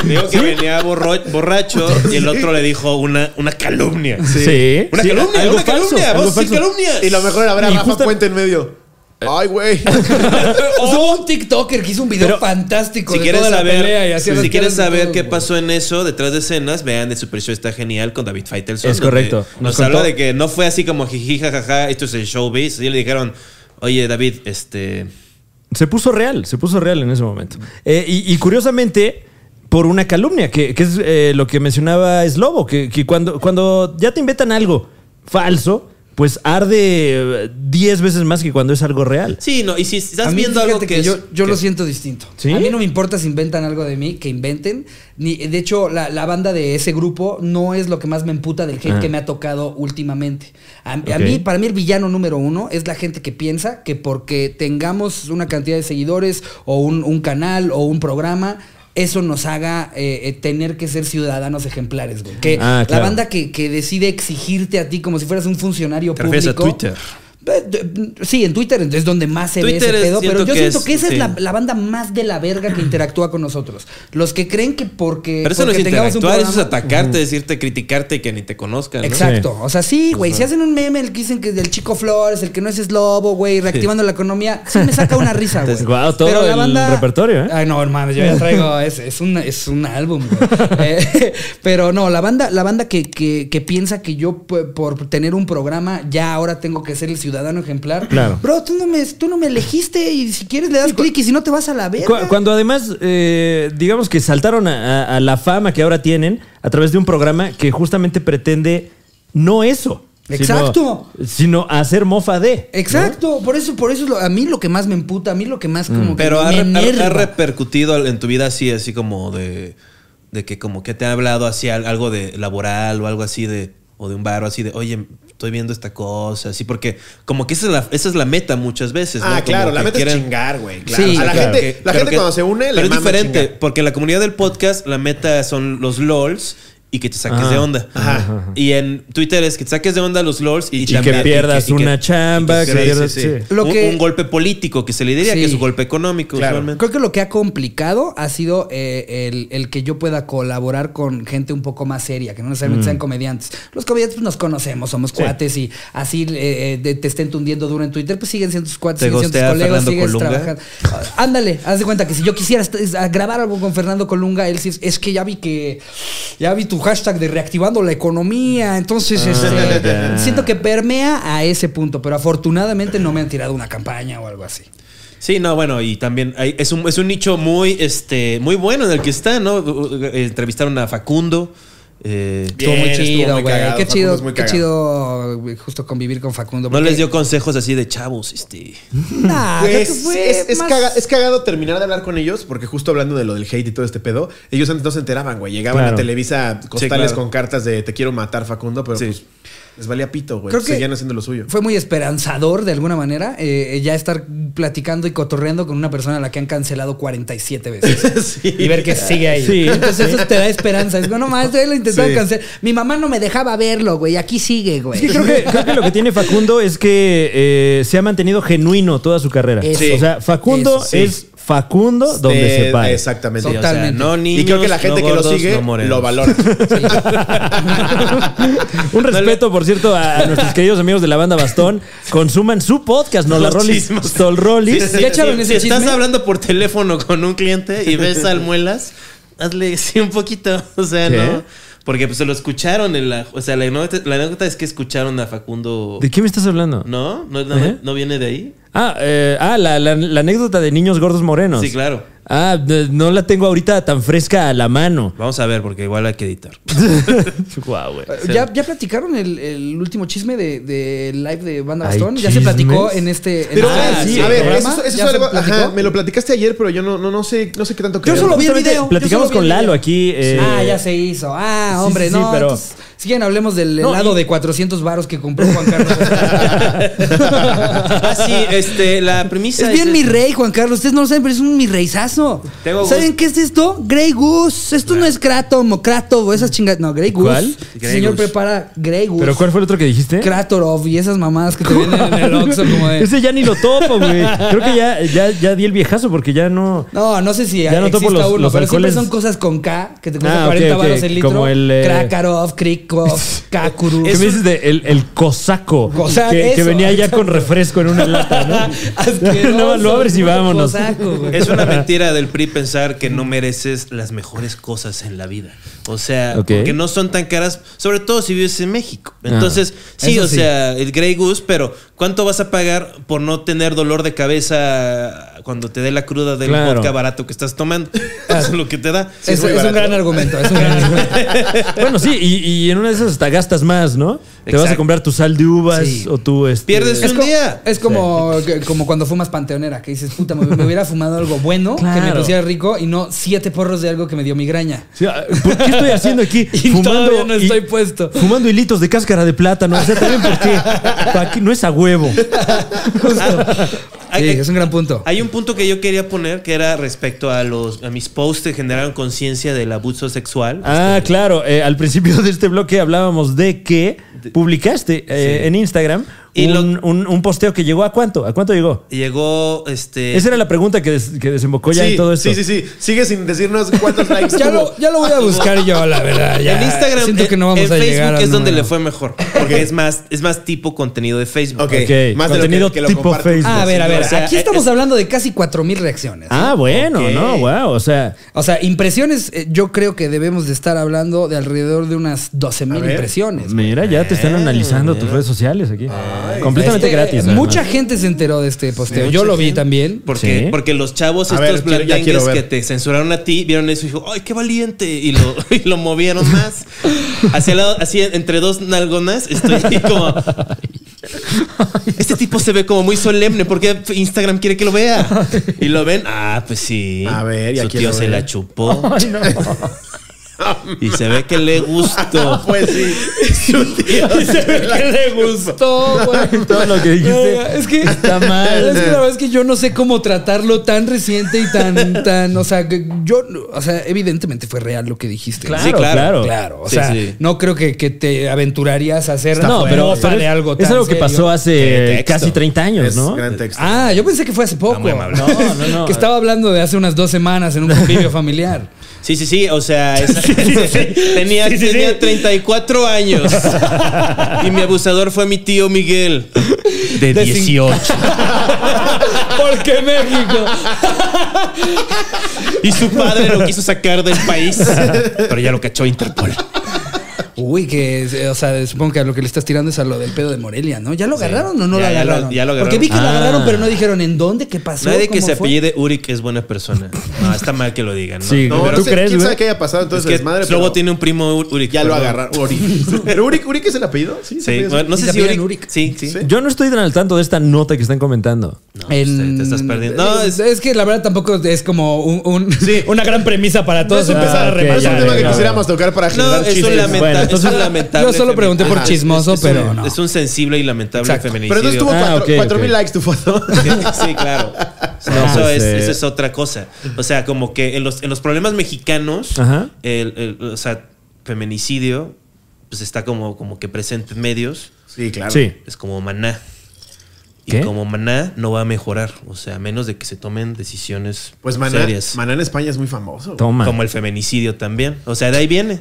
Digo que venía borro- borracho y el otro le dijo una, una calumnia.
Sí.
Una
Sí,
calumnia,
algo
una
falso,
calumnia,
algo
vos sí
falso.
calumnias.
y lo mejor era ver a
Y Eh.
Rafa
justa-
Puente en medio. Ay, güey.
Hubo un TikToker que hizo un video fantástico
Si
de
quieres
toda la pelea y
saber,
hacía
si
las
quieres
caras de
saber
todos,
qué
güey.
pasó en eso detrás de escenas, vean de Super Show está genial con David Faitelson.
Es
donde
correcto. Nos
Nos
contó-
habla de que no fue así como jiji jajaja, esto es el showbiz. Y le dijeron, oye David, este,
Se puso real, se puso real en ese momento. Eh, y, y curiosamente, por una calumnia, que, que es eh, lo que mencionaba Slobo, que, que cuando, cuando ya te inventan algo falso, pues arde eh, 10 veces más que cuando es algo real.
sí, no, y si
A
estás
mí,
viendo
fíjate
algo que, es-
yo, yo
que-
lo siento distinto.
¿Sí?
A mí no me importa si inventan algo de mí, que inventen. Ni, de hecho, la, la banda de ese grupo no es lo que más me emputa del hate
Ah.
que me ha tocado últimamente. A, a
Ok.
mí, para mí, el villano número uno es la gente que piensa que porque tengamos una cantidad de seguidores o un, un canal o un programa. Eso nos haga eh, eh, tener que ser ciudadanos ejemplares, güey. Que
Ah, claro.
la banda que, que decide exigirte a ti como si fueras un funcionario
Te refieres
público.
a Twitter.
Eh, de- Sí, en Twitter es donde más se
Twitter
ve
es-
ese pedo, pero
siento
yo
que
siento
es-
que esa
sí.
es la, la banda más de la verga que interactúa con nosotros. Los que creen que porque.
Pero eso no es
porque tengamos un
interactuar, eso es
programa-
atacarte, decirte, criticarte y que ni te conozcan. ¿no?
Exacto.
Sí.
O sea, sí, güey.
Pues
Si hacen un meme, el que dicen que es del Chico Flores, el que no es es lobo, güey, reactivando la economía, sí me saca una risa, güey.
Entonces, guau, todo el repertorio, ¿eh?
Ay, no, hermano, yo ya traigo. Es, es, un, es un álbum, güey. Eh, pero no, la banda, la banda que, que, que piensa que yo p- por tener un programa ya ahora tengo que ser el ciudadano ejemplar.
Claro.
Bro, tú no me, tú no me elegiste y si quieres le das clic y si no te vas a la verga.
Cu- Cuando además, eh, digamos que saltaron a, a- a la fama que ahora tienen a través de un programa que justamente pretende no eso. sino-
Exacto.
Sino, hacer mofa de. ¿no? Mm.
Exacto, por eso, por eso es lo- a mí lo que más me emputa, a mí lo que más como que
Pero ha,
me
re- ha- ha
enerva.
repercutido en tu vida así, así como de, de que como que te ha hablado así al- algo de laboral o algo así de, o de un bar o así de, oye, estoy viendo esta cosa, así porque como que esa es la, esa es la meta muchas veces. ¿no?
ah,
Como
claro, la
que
meta
quieren-
es chingar, güey. Claro.
Sí,
O sea, la
claro.
gente,
Pero
la gente
que-
cuando se une, le
Pero es
mama
diferente,
chingar.
porque en la comunidad del podcast la meta son los LOLs y que te saques
Ah,
de onda.
ajá.
Y en Twitter es que te saques de onda los LOLs y,
Y que pierdas una chamba, que
sí,
pierdas-
sí, sí.
sí.
Lo
un,
que-
un golpe político que se le diría
Sí.
que es un golpe económico.
Claro.
usualmente.
Creo que lo que ha complicado ha sido eh, el, el que yo pueda colaborar con gente un poco más seria, que no necesariamente
Mm.
sean comediantes. Los comediantes pues, nos conocemos, somos cuates y así eh, eh, de- te estén tundiendo duro en Twitter, pues siguen siendo tus cuates,
¿Te
siguen siendo tus
gostea
colegas,
Fernando
sigues
Colunga?
trabajando. Ah, Ándale, haz de cuenta que si yo quisiera est- es- a grabar algo con Fernando Colunga, él sí es, es que ya vi que ya vi tu hashtag de reactivando la economía, entonces
Ah,
este,
ya.
siento que permea a ese punto, pero afortunadamente no me han tirado una campaña o algo así.
Sí, no, bueno, y también hay- es, un, es un nicho muy, este, muy bueno en el que está, ¿no? U- u- Entrevistaron a Facundo. eh,
Bien,
estuvo muy
estuvo
chido,
muy
güey.
cagado,
Qué
Facundo
chido,
es muy
qué
cagado.
chido güey, justo convivir con Facundo.
no
porque-
les dio consejos así de chavos, este.
Nah, creo Ah, que
Pues,
fue
es, es
más-
caga- es cagado terminar de hablar con ellos, porque justo hablando de lo del hate y todo este pedo, ellos antes no se enteraban, güey. Llegaban
Claro.
a Televisa costales
claro.
con cartas de te quiero matar, Facundo, pero
Sí.
pues les valía pito, güey.
Creo que-
Seguían haciendo lo suyo.
Fue muy esperanzador de alguna manera eh, eh, ya estar platicando y cotorreando con una persona a la que han cancelado 47 veces. Y ver que sigue ahí.
Sí.
Entonces eso te da esperanza. Es, no, más, lo intentaron
Sí.
cancelar. Mi mamá no me dejaba verlo, güey. Aquí sigue, güey.
Es que creo, que creo que lo que tiene Facundo es que eh, se ha mantenido genuino toda su carrera.
Eso.
O sea, Facundo
Eso, sí.
es Facundo donde
Eh,
se para.
Exactamente.
Sí, o sea, Totalmente.
no niños,
y creo que la gente
no
que
gordos,
lo sigue
no morenos.
lo valora.
Un respeto, por cierto, a nuestros queridos amigos de la banda Bastón. Consuman su podcast, no la
Los
Rollis,
chismos.
Stol Rollis.
Sí, sí,
¿Ya echaron
sí.
ese
si estás
chisme?
hablando por teléfono con un cliente y ves almuelas, hazle sí un poquito. O sea,
¿Qué?
¿no? Porque pues se lo escucharon en la. O sea, la anécdota, la anécdota es que escucharon a Facundo.
¿De qué ¿Eh? me estás hablando?
¿No? ¿No, no,
Ajá.
no viene de ahí?
Ah, eh, ah la, la- la anécdota de niños gordos morenos.
Sí, claro.
Ah, de- no la tengo ahorita tan fresca a la mano.
Vamos a ver, porque igual hay que editar.
Guau, güey.
¿Ya, ya platicaron el, el último chisme de, de live de Banda
Hay
Bastón? Ya se platicó
chismes.
en este. en
Pero,
este
güey,
sí,
ah, a
el
ver,
programa.
eso, eso
¿Ya
es
se
algo-
platicó?
ajá, me lo platicaste ayer, pero yo no, no, no sé, no sé qué tanto
Yo
creo.
solo vi el video. yo
Platicamos
solo vi
con
el
Lalo
video.
aquí. eh,
ah, ya se hizo. Ah,
sí,
hombre,
sí, sí,
no.
pero-
entonces, si quieren, hablemos del
No,
helado
y-
de 400 varos que compró Juan Carlos.
ah, sí, este, la premisa
es bien
esta.
mi rey, Juan Carlos. Ustedes no lo saben, pero es un mi reizazo.
Tengo
¿Saben
gusto. Ah.
qué es esto? Grey Goose. Esto no es Kratom o Kratom o esas chingadas. No, Grey Goose.
¿Cuál?
El
Grey
señor
Goose.
prepara Grey Goose.
¿Pero cuál fue el otro que dijiste?
Kratorov y esas mamadas que te vienen en el Oxxo como de...
Ese ya ni lo topo, güey. Creo que ya, ya, ya di el viejazo porque ya no.
No, no sé si
Ya no topo
exista
los-
uno,
los
pero
alcoholes.
siempre son cosas con K que te cuestan
Ah, ok,
40
ok,
varos el litro.
como el, eh,
Krakarov, Krikov, Kakuru.
¿Qué me dices de el, el cosaco?
Cosa-
que, que
eso,
venía ya
eso.
con refresco en una lata, ¿no?
Asqueroso,
no, lo abres y
puto
vámonos.
cosaco, güey.
Es una mentira del PRI pensar que no mereces las mejores cosas en la vida. O sea,
Ok.
porque no son tan caras, sobre todo si vives en México.
Ah,
Entonces, sí,
eso
o
sí.
sea, el Grey Goose, pero ¿cuánto vas a pagar por no tener dolor de cabeza cuando te dé la cruda del
Claro. Ah.
vodka barato que estás tomando? Eso es lo que te da.
Sí,
es,
es muy
es un
barato.
gran argumento, es un gran argumento.
Bueno, sí, y, y en una de esas hasta gastas más, ¿no? Te vas a
Exacto.
comprar tu sal de uvas
Sí.
o tu. Este,
Pierdes
Es
un
co-
día.
Es como, que- como cuando fumas panteonera, que dices, puta, me, me hubiera fumado algo bueno, que me
Claro.
pusiera rico y no siete porros de algo que me dio migraña.
Sí, ah, ¿Por qué estoy haciendo aquí?
Y todavía no estoy puesto.
Fumando hilitos de cáscara de plátano. O sea, también porque pa' que- no es a huevo.
Hay-
Sí,
hay-
es un gran punto.
Hay un punto que yo quería poner que era respecto a los a mis posts que generaron conciencia del abuso sexual.
Ah, claro. eh, al principio de este bloque hablábamos de que publicaste eh, en Instagram
Y lo-
un, un- un posteo que llegó a cuánto. ¿A cuánto llegó?
Llegó este
Esa era la pregunta que, des- que desembocó ya
sí,
en todo esto.
sí, sí, sí. Sigue sin decirnos cuántos likes
Ya
tuvo.
lo, ya lo voy a buscar yo, la verdad. ya.
en Instagram,
Siento que no
en-
vamos
en
a
Facebook
llegar al
es donde
número.
le fue mejor, porque es más es más tipo contenido de Facebook.
Ok,
Ok,
más de lo
contenido
que- que lo
tipo
comparto.
Facebook.
Ah, a ver, a ver.
O sea,
aquí
eh,
estamos
es-
hablando de casi 4.000 reacciones.
Ah, bueno,
Ok.
no, wow. O sea,
O sea, impresiones, eh, yo creo que debemos de estar hablando de alrededor de unas 12.000
A ver.
impresiones.
mira, ya te están
Eh,
analizando tus
mira.
redes sociales aquí. Completamente
Este,
gratis. además.
Mucha gente se enteró de este posteo.
Mucha
Yo lo vi
gente.
también.
Porque,
Sí.
porque los chavos
A ver,
estos
quiero- ya
blandengues
quiero ver.
que te censuraron a ti vieron eso y dijo, ¡ay, qué valiente! Y lo, y lo movieron más. Hacia el lado, así entre dos nalgonas, estoy ahí como. Este tipo se ve como muy solemne. porque Instagram quiere que lo vea? Y lo ven, ah, pues sí.
A ver, ya
Su
quiero
tío se
ver.
la chupó.
Ay, no.
Y se ve que le gustó.
Pues sí. Su tío se la-
Todo, güey.
Todo lo que dijiste.
Es que
está mal.
Es que la verdad es que yo no sé cómo tratarlo tan reciente y tan, tan. O sea, que yo, o sea, evidentemente fue real lo que dijiste.
Claro,
Sí, claro,
claro.
Claro, o
Sí,
sea,
sí.
no creo que, que te aventurarías a hacer
No,
una
pero,
nota
pero
de
es-
algo tan
es algo que
serio.
pasó
Qué
hace
texto.
casi 30 años,
Es
Pues ¿no?
gran texto.
Ah, yo pensé que fue hace poco.
muy amable.
No, no, no.
que estaba hablando de hace unas dos semanas en un convivio familiar.
Sí, sí, sí. O sea, esa- tenía, tenía 34 años. y mi abusador fue mi tío Miguel. De
De
18.
¿Por qué México?
Y su padre lo quiso sacar del país. pero ya lo cachó Interpol.
Uy, que, eh, o sea, supongo que a lo que le estás tirando es a lo del pedo de Morelia, ¿no? ¿Ya lo agarraron o no
Ya,
lo
ya lo-
agarraron?
ya lo agarraron.
Porque vi que lo
Ah.
agarraron, pero no dijeron en dónde, qué pasó.
Nadie que
cómo
se
fue.
apellide Uric es buena persona. No, está mal que lo digan. ¿no?
Sí,
No,
¿Tú
no sé,
crees,
quién
güey?
sabe qué haya pasado
Es
entonces,
que
madre.
Slobo tiene un primo Ur- Uric.
Ya lo
perdón.
agarraron. Uric. ¿Pero Uric, Uric es el apellido? Sí, se
Sí,
apellida
bueno, no
Sí,
sé
se
si
apellidan
Uric.
Uric.
Sí, sí.
Sí.
Yo no estoy tan al tanto de esta nota que están comentando.
No, pues,
En-
te- te estás perdiendo.
Eh,
No, es,
es que la verdad tampoco es como un- un-
Sí.
una gran premisa para
No es
todos
un,
empezar a
ok,
no
reparar. Ah,
es un
ya,
tema
ya,
que
ya.
quisiéramos tocar para generar
no, es un
chistes.
lamenta-
Bueno,
es
entonces-
un lamentable.
Yo solo pregunté por
feminicidio.
chismoso,
Es- es
pero
un-
no.
Es un sensible y lamentable
Exacto.
feminicidio.
Pero entonces tuvo
Ah,
4
ok,
mil
ok.
likes tu foto.
Sí, claro. O sea,
No,
eso,
pues,
es,
eh.
eso es otra cosa. O sea, como que en los, en los problemas mexicanos,
Ajá.
el, el- o sea, feminicidio, pues está como, como que presente en medios.
Sí, claro.
Sí.
Es como maná. Y
¿Qué?
como maná no va a mejorar. O sea, a menos de que se tomen decisiones
Pues Maná,
serias.
Maná en España es muy famoso. güey.
Toma.
Como el feminicidio también. O sea, de ahí viene.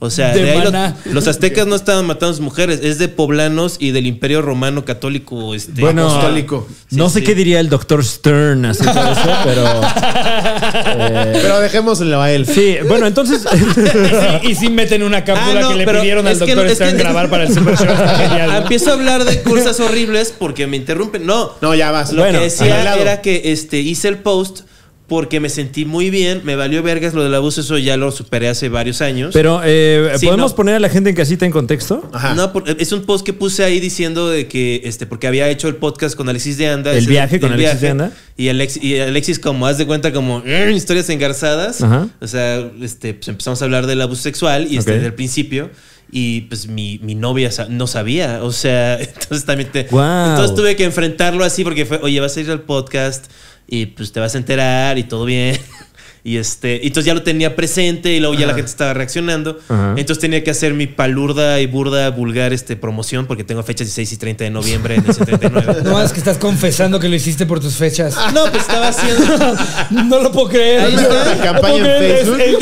O sea,
De
de ahí lo-
Maná.
los aztecas no estaban matando a sus mujeres, es de poblanos y del imperio romano católico. Este,
Bueno,
apostólico.
no
Sí,
sé
sí.
qué diría el doctor Stern así todo eso, pero. eh,
Pero dejémoslo a él.
sí, bueno, entonces.
y, sí meten una cápsula
Ah, no,
que le
pero
pidieron al
es que
doctor
no- es
Stern
que-
grabar para el Super Show. Está genial, ¿no?
Empiezo a hablar de cosas horribles porque me interrumpen. No,
No, ya vas.
lo
Bueno,
que decía
arreglado.
era que este, hice el post porque me sentí muy bien, me valió vergas lo del abuso, eso ya lo superé hace varios años.
Pero, eh,
Sí,
¿podemos
no.
poner a la gente en casita en contexto?
Ajá.
No, por- es un post que puse ahí diciendo de que, este, porque había hecho el podcast con Alexis de Anda.
El
ese-
viaje con Alexis de Anda.
Y, Alex- y Alexis, como haz de cuenta, como "Mm, historias engarzadas.
Ajá.
O sea, este, pues empezamos a hablar del abuso sexual y este,
Ok.
desde el principio. Y pues mi, mi novia sa- no sabía. O sea, entonces también te.
Guau.
Entonces tuve que enfrentarlo así porque fue, oye, vas a ir al podcast y pues te vas a enterar y todo bien. Y este, y entonces ya lo tenía presente y luego ya la gente estaba reaccionando.
Ajá.
Entonces tenía que hacer mi palurda y burda vulgar este, promoción porque tengo fechas 16 y 30 de noviembre del 79.
No es que estás confesando que lo hiciste por tus fechas.
No, pues estaba haciendo.
No lo puedo creer.
Ahí está. La campaña en
No puedo creer el des-
Facebook.
El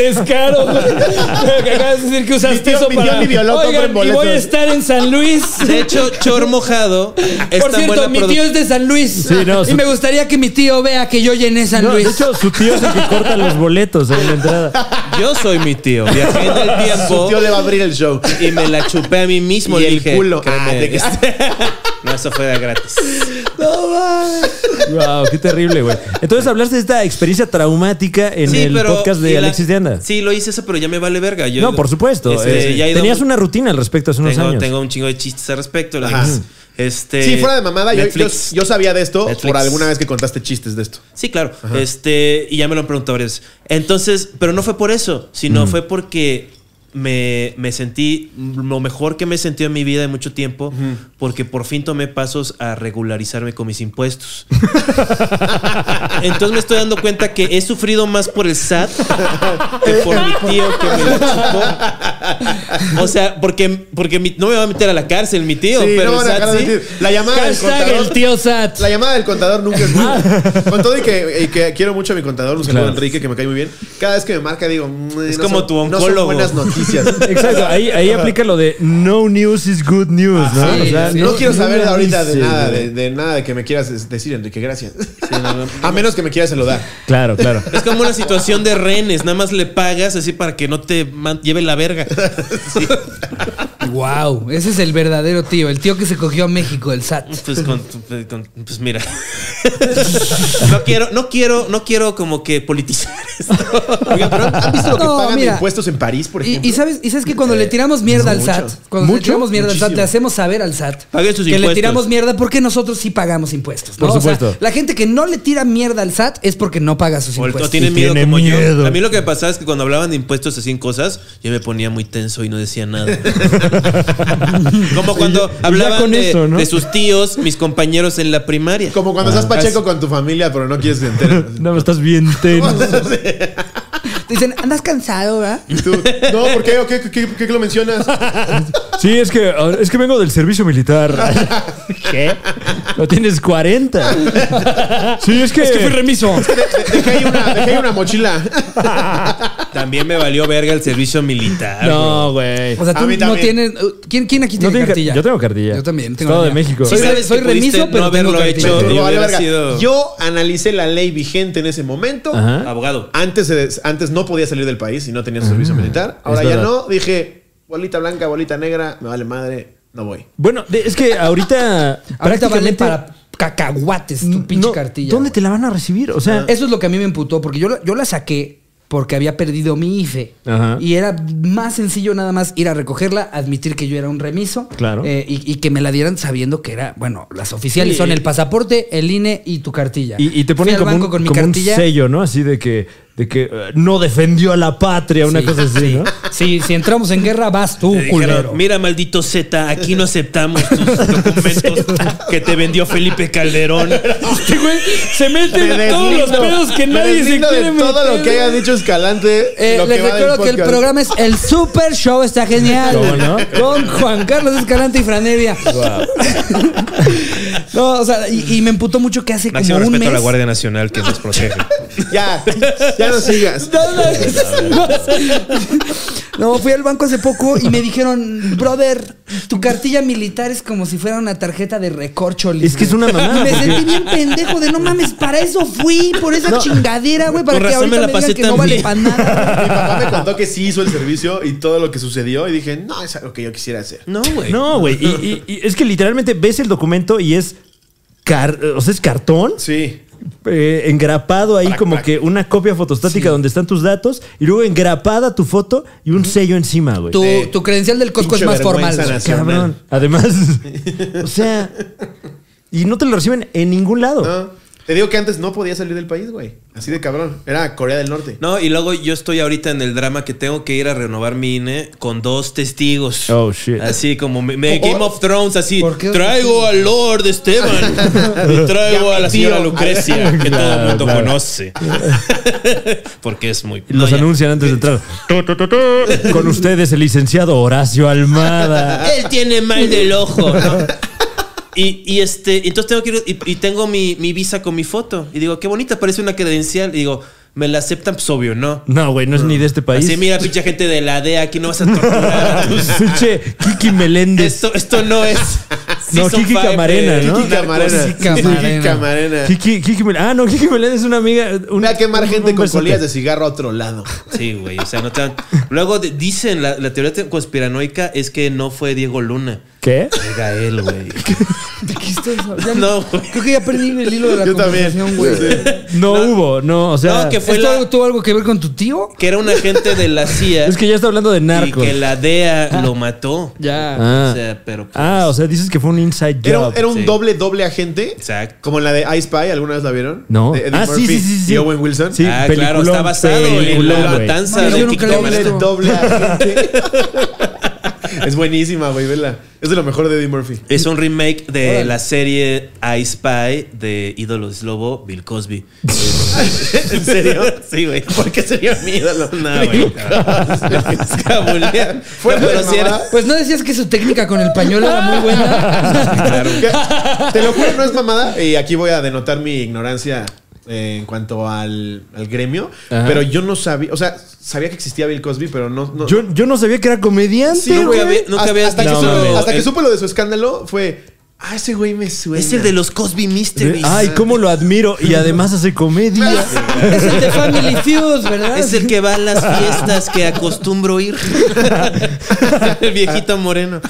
descaro. güey. Que acabas de decir que
Mi
usaste
tío-
eso
mi tío
para.
Livioló compra
Oigan,
en
y voy a
boletos.
estar en San Luis.
De hecho, Chor Mojado. Es
Por
tan
cierto,
buena
mi
produ-
tío es de San Luis.
Sí, no,
y
su-
me gustaría que mi tío vea que yo llené San
No, de
Luis.
hecho, su tío es el que corta los boletos en la entrada.
Yo soy mi tío. Viajé en el
Su
tiempo
tío le va a abrir el show.
y me la chupé a mí mismo.
Y
le
el
dije,
culo. Ah,
"Créeme".
de que-
No, eso fue de gratis.
Wow, qué terrible, güey. Entonces hablaste de esta experiencia traumática en el podcast
y
de
la-
Alexis de Anda.
Sí, lo hice eso, pero ya me vale verga. Yo-
no, por supuesto.
Este,
Eh,
ya he ido-
tenías una rutina al respecto hace unos
tengo,
años.
tengo un chingo de chistes al respecto. la
Ajá.
neta. Este,
Sí, fuera de mamada, yo, yo,
Netflix.
yo sabía de esto por
Netflix.
alguna vez que contaste chistes de esto.
Sí, claro. Este, y ya me lo han preguntado varias veces. Entonces, pero no fue por eso,
Mm.
sino fue porque me, me sentí lo mejor que me he sentido en mi vida en mucho tiempo, porque por fin tomé pasos a regularizarme con mis impuestos. Entonces me estoy dando cuenta que he sufrido más por el SAT
Eh.
que por mi tío que me lo chupó. O sea, porque, porque mi- no me va a meter a la cárcel mi tío,
Sí,
pero
no
el
van a
SAT
dejar de
sí.
mentir. La llamada del
Hashtag
contador.
Ah, el tío Sat.
La llamada del contador nunca es buena. Con todo y que, y que quiero mucho a mi contador, un saludo
Claro.
a Enrique, que me cae muy bien. Cada vez que me marca digo, "Mm,
Es como
son-
tu
No son
oncólogo".
buenas noticias.
Exacto, ahí, ahí aplica lo de no news is good news, Ah, ¿no?
sí, sí.
No quiero saber
me
ahorita de
dices,
nada,
güey.
de, de nada de que me quieras es- decir, Enrique, gracias. A menos que me quieras saludar.
Claro, claro.
Es como una situación de renes, nada más le pagas así para que no te man- lleve la verga. Sí,
Wow, ese es el verdadero tío, el tío que se cogió a México, el SAT.
pues, con- con- pues mira. No quiero, no quiero, no quiero como que politizar esto.
Oigan, pero ¿han visto lo que
No,
pagan de
mira.
impuestos en París, por
Y,
ejemplo?
y sabes, y sabes que cuando le tiramos mierda al
mucho.
SAT, cuando
eh, Mucho,
le tiramos mierda al SAT, le
muchísimo.
hacemos saber al SAT
Pague sus
que le
impuestos.
tiramos mierda porque nosotros sí pagamos impuestos. ¿no?
Por
O sea,
supuesto.
la gente que no le tira mierda al SAT es porque no paga sus
O, o
impuestos.
tiene
Y
miedo
Pues tiene
como
miedo.
yo. A mí lo que me pasaba es que cuando hablaban de impuestos así en cosas, yo me ponía muy tenso y no decía nada. como cuando
Y ya- y ya
hablaban
con
de,
eso, ¿no?
de sus tíos, mis compañeros en la primaria.
Como cuando estás pacheco con tu familia, pero no quieres que te enteres.
No, estás bien tenso.
Dicen, andas cansado, ¿verdad?
Y tú, no, ¿por qué? ¿O ¿Qué, qué, qué- qué lo mencionas?
Sí, es que, ah, es que vengo del servicio militar. ¿Qué? No tienes 40. Sí, es que...
Es que fui remiso.
De- Dejé ahí una, dejé ahí una mochila.
También me valió verga el servicio militar.
No, güey.
O sea,
A
tú
mí
no
también.
tienes. uh, ¿Quién, quién aquí
No
tiene
tiene car-
cartilla?
yo tengo cartilla.
Yo también tengo.
Estado de
cartilla.
México.
Sí,
¿Sabes
soy,
que
soy
pudiste
remiso,
no
pero tengo
haberlo
cartilla.
hecho?
Me turbó,
hubiera
vale, verga.
sido-
Yo analicé la ley vigente en ese momento.
Ajá.
Abogado.
Antes, se des- antes no podía salir del país y no tenía su servicio militar. Ahora
es
ya
verdad.
no. Dije, bolita blanca, bolita negra, me vale madre, no voy.
Bueno, de- es que ahorita.
Ahorita vale
prácticamente-
para cacahuates tu
No,
pinche cartilla.
¿Dónde
güey. Ah.
te la van a recibir? O sea,
Eso es lo que a mí me emputó, porque yo, la- yo la saqué porque había perdido mi IFE.
Ajá.
Y era más sencillo nada más ir a recogerla, admitir que yo era un remiso.
Claro.
eh, y, y que me la dieran sabiendo que era, bueno, las oficiales
Sí.
son el pasaporte, el INE y tu cartilla.
y, y te
Fui
ponen
al
como, un,
banco con mi
como un
cartilla.
sello, ¿no? Así de que, de que eh, no defendió a la patria, una
Sí,
cosa así,
sí.
¿no?
Sí, si entramos en guerra, vas tú,
Le dijeron,
culero.
Mira, maldito Z, aquí no aceptamos tus documentos que te vendió Felipe Calderón.
Este güey se mete
Me
en todos los
deslindo,
pedos que
me
nadie se
deslindo
quiere
de todo
meter,
lo que haya dicho Escalante.
Eh,
lo que
les
va del
recuerdo que el
podcast.
programa es El Super Show, está genial.
¿Cómo no?
Con Juan Carlos Escalante y Franevia. no, o sea, y, y me emputó mucho que hace
Máximo
como un
respeto
mes.
a la Guardia Nacional que nos protege.
Ya, ya no sigas.
No, no, no. No, fui al banco hace poco y me dijeron, brother, tu cartilla militar es como si fuera una tarjeta de recorcholis.
Es que es
güey".
una mamada,
Y me
porque-
sentí bien pendejo de no mames, para eso fui, por esa chingadera, güey, para
Con
que
razón
ahorita
me la
me, digan
pasé
que
tan
no vale
bien.
para nada.
Mi papá me contó que sí hizo el servicio y todo lo que sucedió y dije, no, es algo que yo quisiera hacer.
No, güey.
No, güey. Y, y- y es que literalmente ves el documento y es. car- o sea, es cartón
Sí.
eh, engrapado ahí,
Crac,
como
crac.
que una copia fotostática donde están tus datos y luego engrapada tu foto y un sello encima, güey.
Tu,
Sí.
tu credencial del Costco es
Pinche
más formal.
vergüenza
güey.
nacional.
Cabrón. Además, o sea, y no te lo reciben en ningún lado.
No. Ah, Te digo que antes no podía salir del país, güey. Así de cabrón. Era Corea del Norte.
No, y luego yo estoy ahorita en el drama que tengo que ir a renovar mi INE con dos testigos.
Oh, shit.
Así como me, me-
Oh, oh.
Game of Thrones, así.
¿Por qué dos
Traigo al Lord Esteban y traigo
Y a
a la
mi
señora
tío.
Lucrecia, que todo
Claro,
el mundo
claro.
conoce. Porque es muy.
Y Los
No, ya.
anuncian antes de entrar. Tu, tu, tu, tu. Con ustedes el licenciado Horacio Almada.
Él tiene mal del ojo. ¿no? Y, y este, entonces tengo que ir y, y tengo mi, mi visa con mi foto. Y digo, qué bonita, parece una credencial. Y digo, ¿me la aceptan? Pues obvio, no.
No, güey, no es ni de este país.
Así, mira, pinche gente de la DEA, aquí no vas a torturar a tus-
Pinche Kiki Meléndez.
Esto, esto no es.
No,
Season
Kiki
five
Camarena,
de-
¿no?
Kiki Camarena.
Kiki Camarena.
Kiki Camarena.
Kiki, Kiki Mel- Ah, no, Kiki Meléndez es una amiga.
Voy
Una
a quemar gente con colillas de
colillas
cigarro a otro lado.
Sí, güey. O sea, no te dan- Luego de- dicen, la, la teoría te- conspiranoica es que no fue Diego Luna.
¿Qué?
Era él, güey.
¿De qué estás hablando?
No, güey.
Creo que ya perdí el hilo de la
Yo también.
conversación, güey.
Sí.
No, hubo, no, o sea.
No, que fue
¿Esto
la-
algo- tuvo algo que ver con tu tío?
Que era un agente de la CIA.
Es que ya está hablando de
y
narcos.
que la DEA lo mató.
Ya.
Ah.
O sea, pero. pues,
Ah, o sea, dices que fue un inside job.
Era, un- era un
Sí.
doble, doble agente.
Exacto.
Como la de I Spy, ¿alguna vez la vieron?
No.
De Eddie
ah, sí,
Murphy
sí, sí, sí.
Y Owen Wilson.
Sí,
Ah, claro,
peliculón,
está basado en
peliculón,
la
güey.
matanza
Mames,
de
yo
un
nunca la he
tiktoker.
Doble,
visto.
doble agente. es buenísima, güey, vela. Es de lo mejor de Eddie Murphy.
Es un remake de
Órale.
la serie I Spy de Ídolos Lobo, Bill Cosby.
¿En serio?
Sí, güey.
¿Por qué sería mi ídolo?
No, güey. Escabulear.
Fue
No, pero
de
sí era-
mamada.
Pues no decías que su técnica con el pañuelo era muy buena.
Claro.
Que- Te lo juro, no es mamada. Y aquí voy a denotar mi ignorancia eh, en cuanto al, al gremio.
Ajá.
Pero yo no sabía, o sea, sabía que existía Bill Cosby, pero no. no
Yo, yo no sabía que era comediante.
Sí,
nunca
güey.
había- nunca
hasta,
había-
hasta
No,
que,
mames.
supe, hasta que
El-
supe lo de su escándalo fue. Ah, ese güey me suena.
Es el de los Cosby Mysteries.
Ay, cómo lo admiro. Y además hace comedia.
es el de Family Feud, ¿verdad?
Es el que va a las fiestas que acostumbro ir. el viejito moreno.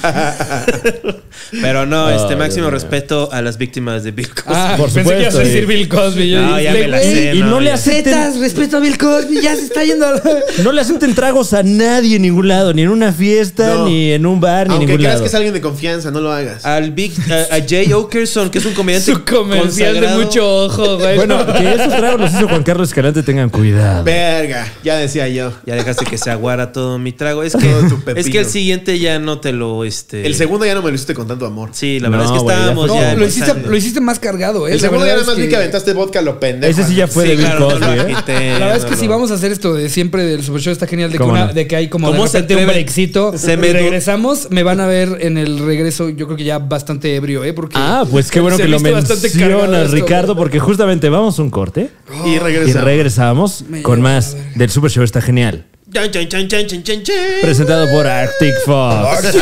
Pero no, este
Ay,
máximo
Dios mío.
respeto a las víctimas de Bill Cosby.
Ah,
Por
pensé que ibas a
supuesto,
decir
y-
Bill Cosby. yo
No,
dije,
ya me la
güey,
sé.
y no le
ya.
hace-
Zetas, respeto a Bill Cosby, ya se está yendo a la-
No le acepten tragos a nadie en ningún lado, ni en una fiesta,
No.
ni en un bar, ni en
Aunque
ningún
creas
lado.
que es alguien de confianza, no lo hagas.
Al Big, a, a Jay Okerson, que es un comediante
su comercial de
consagrado.
mucho ojo, güey.
Bueno, que esos tragos los hizo Juan Carlos Escalante, tengan cuidado.
Verga, ya decía yo.
Ya dejaste que se aguara todo mi trago. Es
Todo tu
que,
pepino.
es que el siguiente ya no te lo. Este,
El segundo ya no me lo hiciste con tanto amor.
Sí, la
No,
verdad es que
güey, ya
estábamos
fue
No,
ya.
como-
lo, hiciste,
empezando.
lo hiciste más cargado, ¿eh?
El
La
segundo ya
verdad
nada
es
más vi que aventaste vodka, lo pendejo.
Ese sí ya fue
Sí,
de Bill
claro, no
Cosby,
lo
¿eh?
quité,
La verdad es que
no
si
lo-
vamos a hacer esto de siempre del Super Show, está genial. De, que,
¿Cómo
una-
no?
de que hay como de
¿Cómo se
repente un
atreven?
brexito.
Se
Se
me-
regresamos, me van a ver en el regreso, yo creo que ya bastante ebrio, ¿eh? Porque
Ah, pues qué bueno
se
que lo
viste bastante cargado
mencionas,
esto,
Ricardo, porque justamente vamos a un corte
Y
y
regresa.
regresamos
Me
con
lleva la
más del Super Show Está Genial,
Chan, chan, chan, chan, chan, chan, chan.
presentado por Arctic Fox.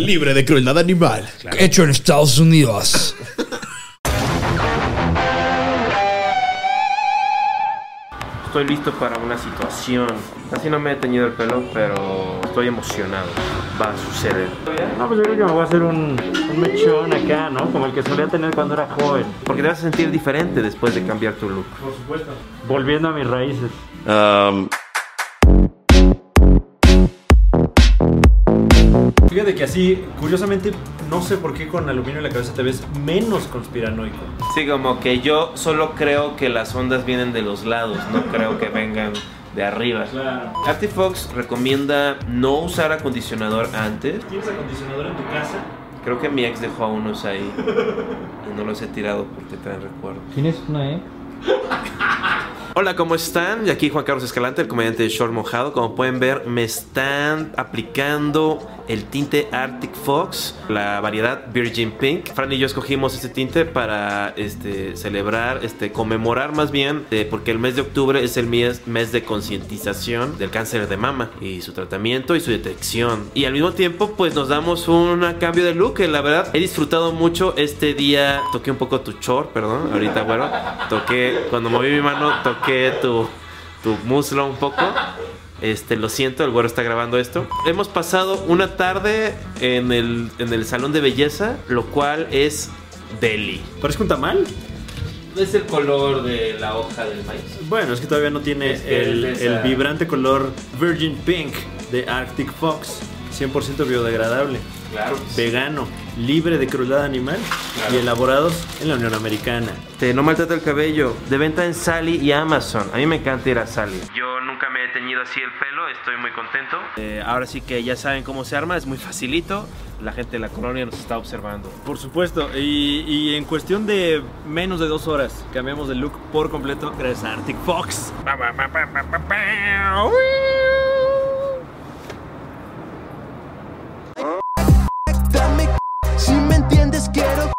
Libre de crueldad animal.
güey. Hecho en Estados Unidos.
Estoy listo para una situación. Así no me he teñido el pelo, pero estoy emocionado. Va a suceder.
No, pues yo creo que me voy a hacer un, un mechón acá, ¿no? Como el que solía tener cuando era joven.
Porque te vas a sentir diferente después de cambiar tu look.
Volviendo a mis raíces.
Fíjate que así, curiosamente, no sé por qué con aluminio en la cabeza te ves menos conspiranoico.
Sí, como que yo solo creo que las ondas vienen de los lados, no creo que vengan de arriba.
Claro.
Artifox recomienda no usar acondicionador antes.
¿Tienes acondicionador en tu casa?
Creo que mi ex dejó unos ahí y no los he tirado porque traen recuerdos.
¿Tienes una ex?
Hola, ¿cómo están? Y aquí Juan Carlos Escalante, el comediante de Short Mojado. Como pueden ver, me están aplicando el tinte Arctic Fox, la variedad Virgin Pink. Fran y yo escogimos este tinte para este, celebrar, este, conmemorar más bien, eh, porque el mes de octubre es el mes, mes de concientización del cáncer de mama y su tratamiento y su detección. Y al mismo tiempo, pues nos damos un cambio de look. que La verdad, he disfrutado mucho este día. Toqué un poco tu short, perdón, ahorita, bueno. Toqué, cuando moví mi mano, toqué tu, tu muslo un poco. Este, lo siento, el güero está grabando esto. Hemos pasado una tarde en el, en el salón de belleza, lo cual es deli.
¿Parece un tamal?
Es el color de la hoja del maíz.
Bueno, es que todavía no tiene
Es que
el,
es
el
esa-
vibrante color Virgin Pink de Arctic Fox. 100% biodegradable,
Claro.
vegano, libre de crueldad animal y elaborados en la Unión Americana.
Este, no maltrata el cabello. De venta en Sally y Amazon. A mí me encanta ir a Sally. Yo nunca me he teñido así el pelo. Estoy muy contento. Eh, ahora sí que ya saben cómo se arma. Es muy facilito. La gente de la colonia nos está observando.
Por supuesto, y, y en cuestión de menos de dos horas cambiamos de look por completo gracias a Arctic Fox.
Dame si me entiendes quiero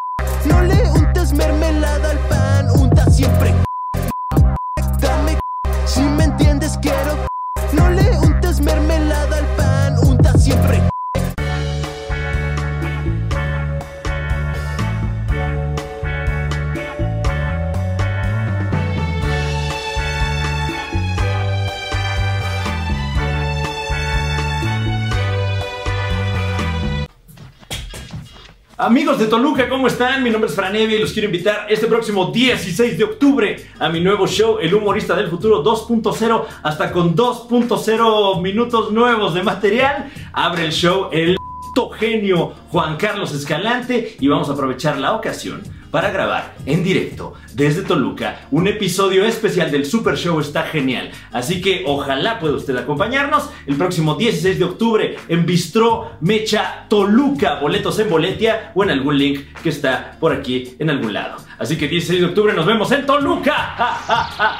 No le untes mermelada al pan, unta siempre Dame si me entiendes quiero No le untes mermelada al pan, unta siempre
Amigos de Toluca, ¿cómo están? Mi nombre es Fran Evia y los quiero invitar este próximo 16 de octubre a mi nuevo show, El Humorista del Futuro 2.0, hasta con 2.0 minutos nuevos de material. Abre el show el genio Juan Carlos Escalante y vamos a aprovechar la ocasión para grabar en directo desde Toluca un episodio especial del Super Show está genial. Así que ojalá pueda usted acompañarnos el próximo 16 de octubre en Bistró Mecha Toluca, boletos en Boletia o en algún link que está por aquí en algún lado. Así que 16 de octubre nos vemos en Toluca. ¡Ja, ja, ja!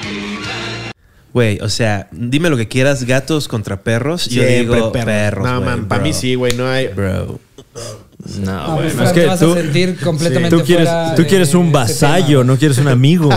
Güey, o sea, dime lo que quieras, gatos contra perros. yo digo perros.
No,
güey,
man, para
bro.
mí sí, güey, no hay.
Bro.
No,
pues, Fran, te vas a sentir completamente fuera de este tema.
no quieres un amigo.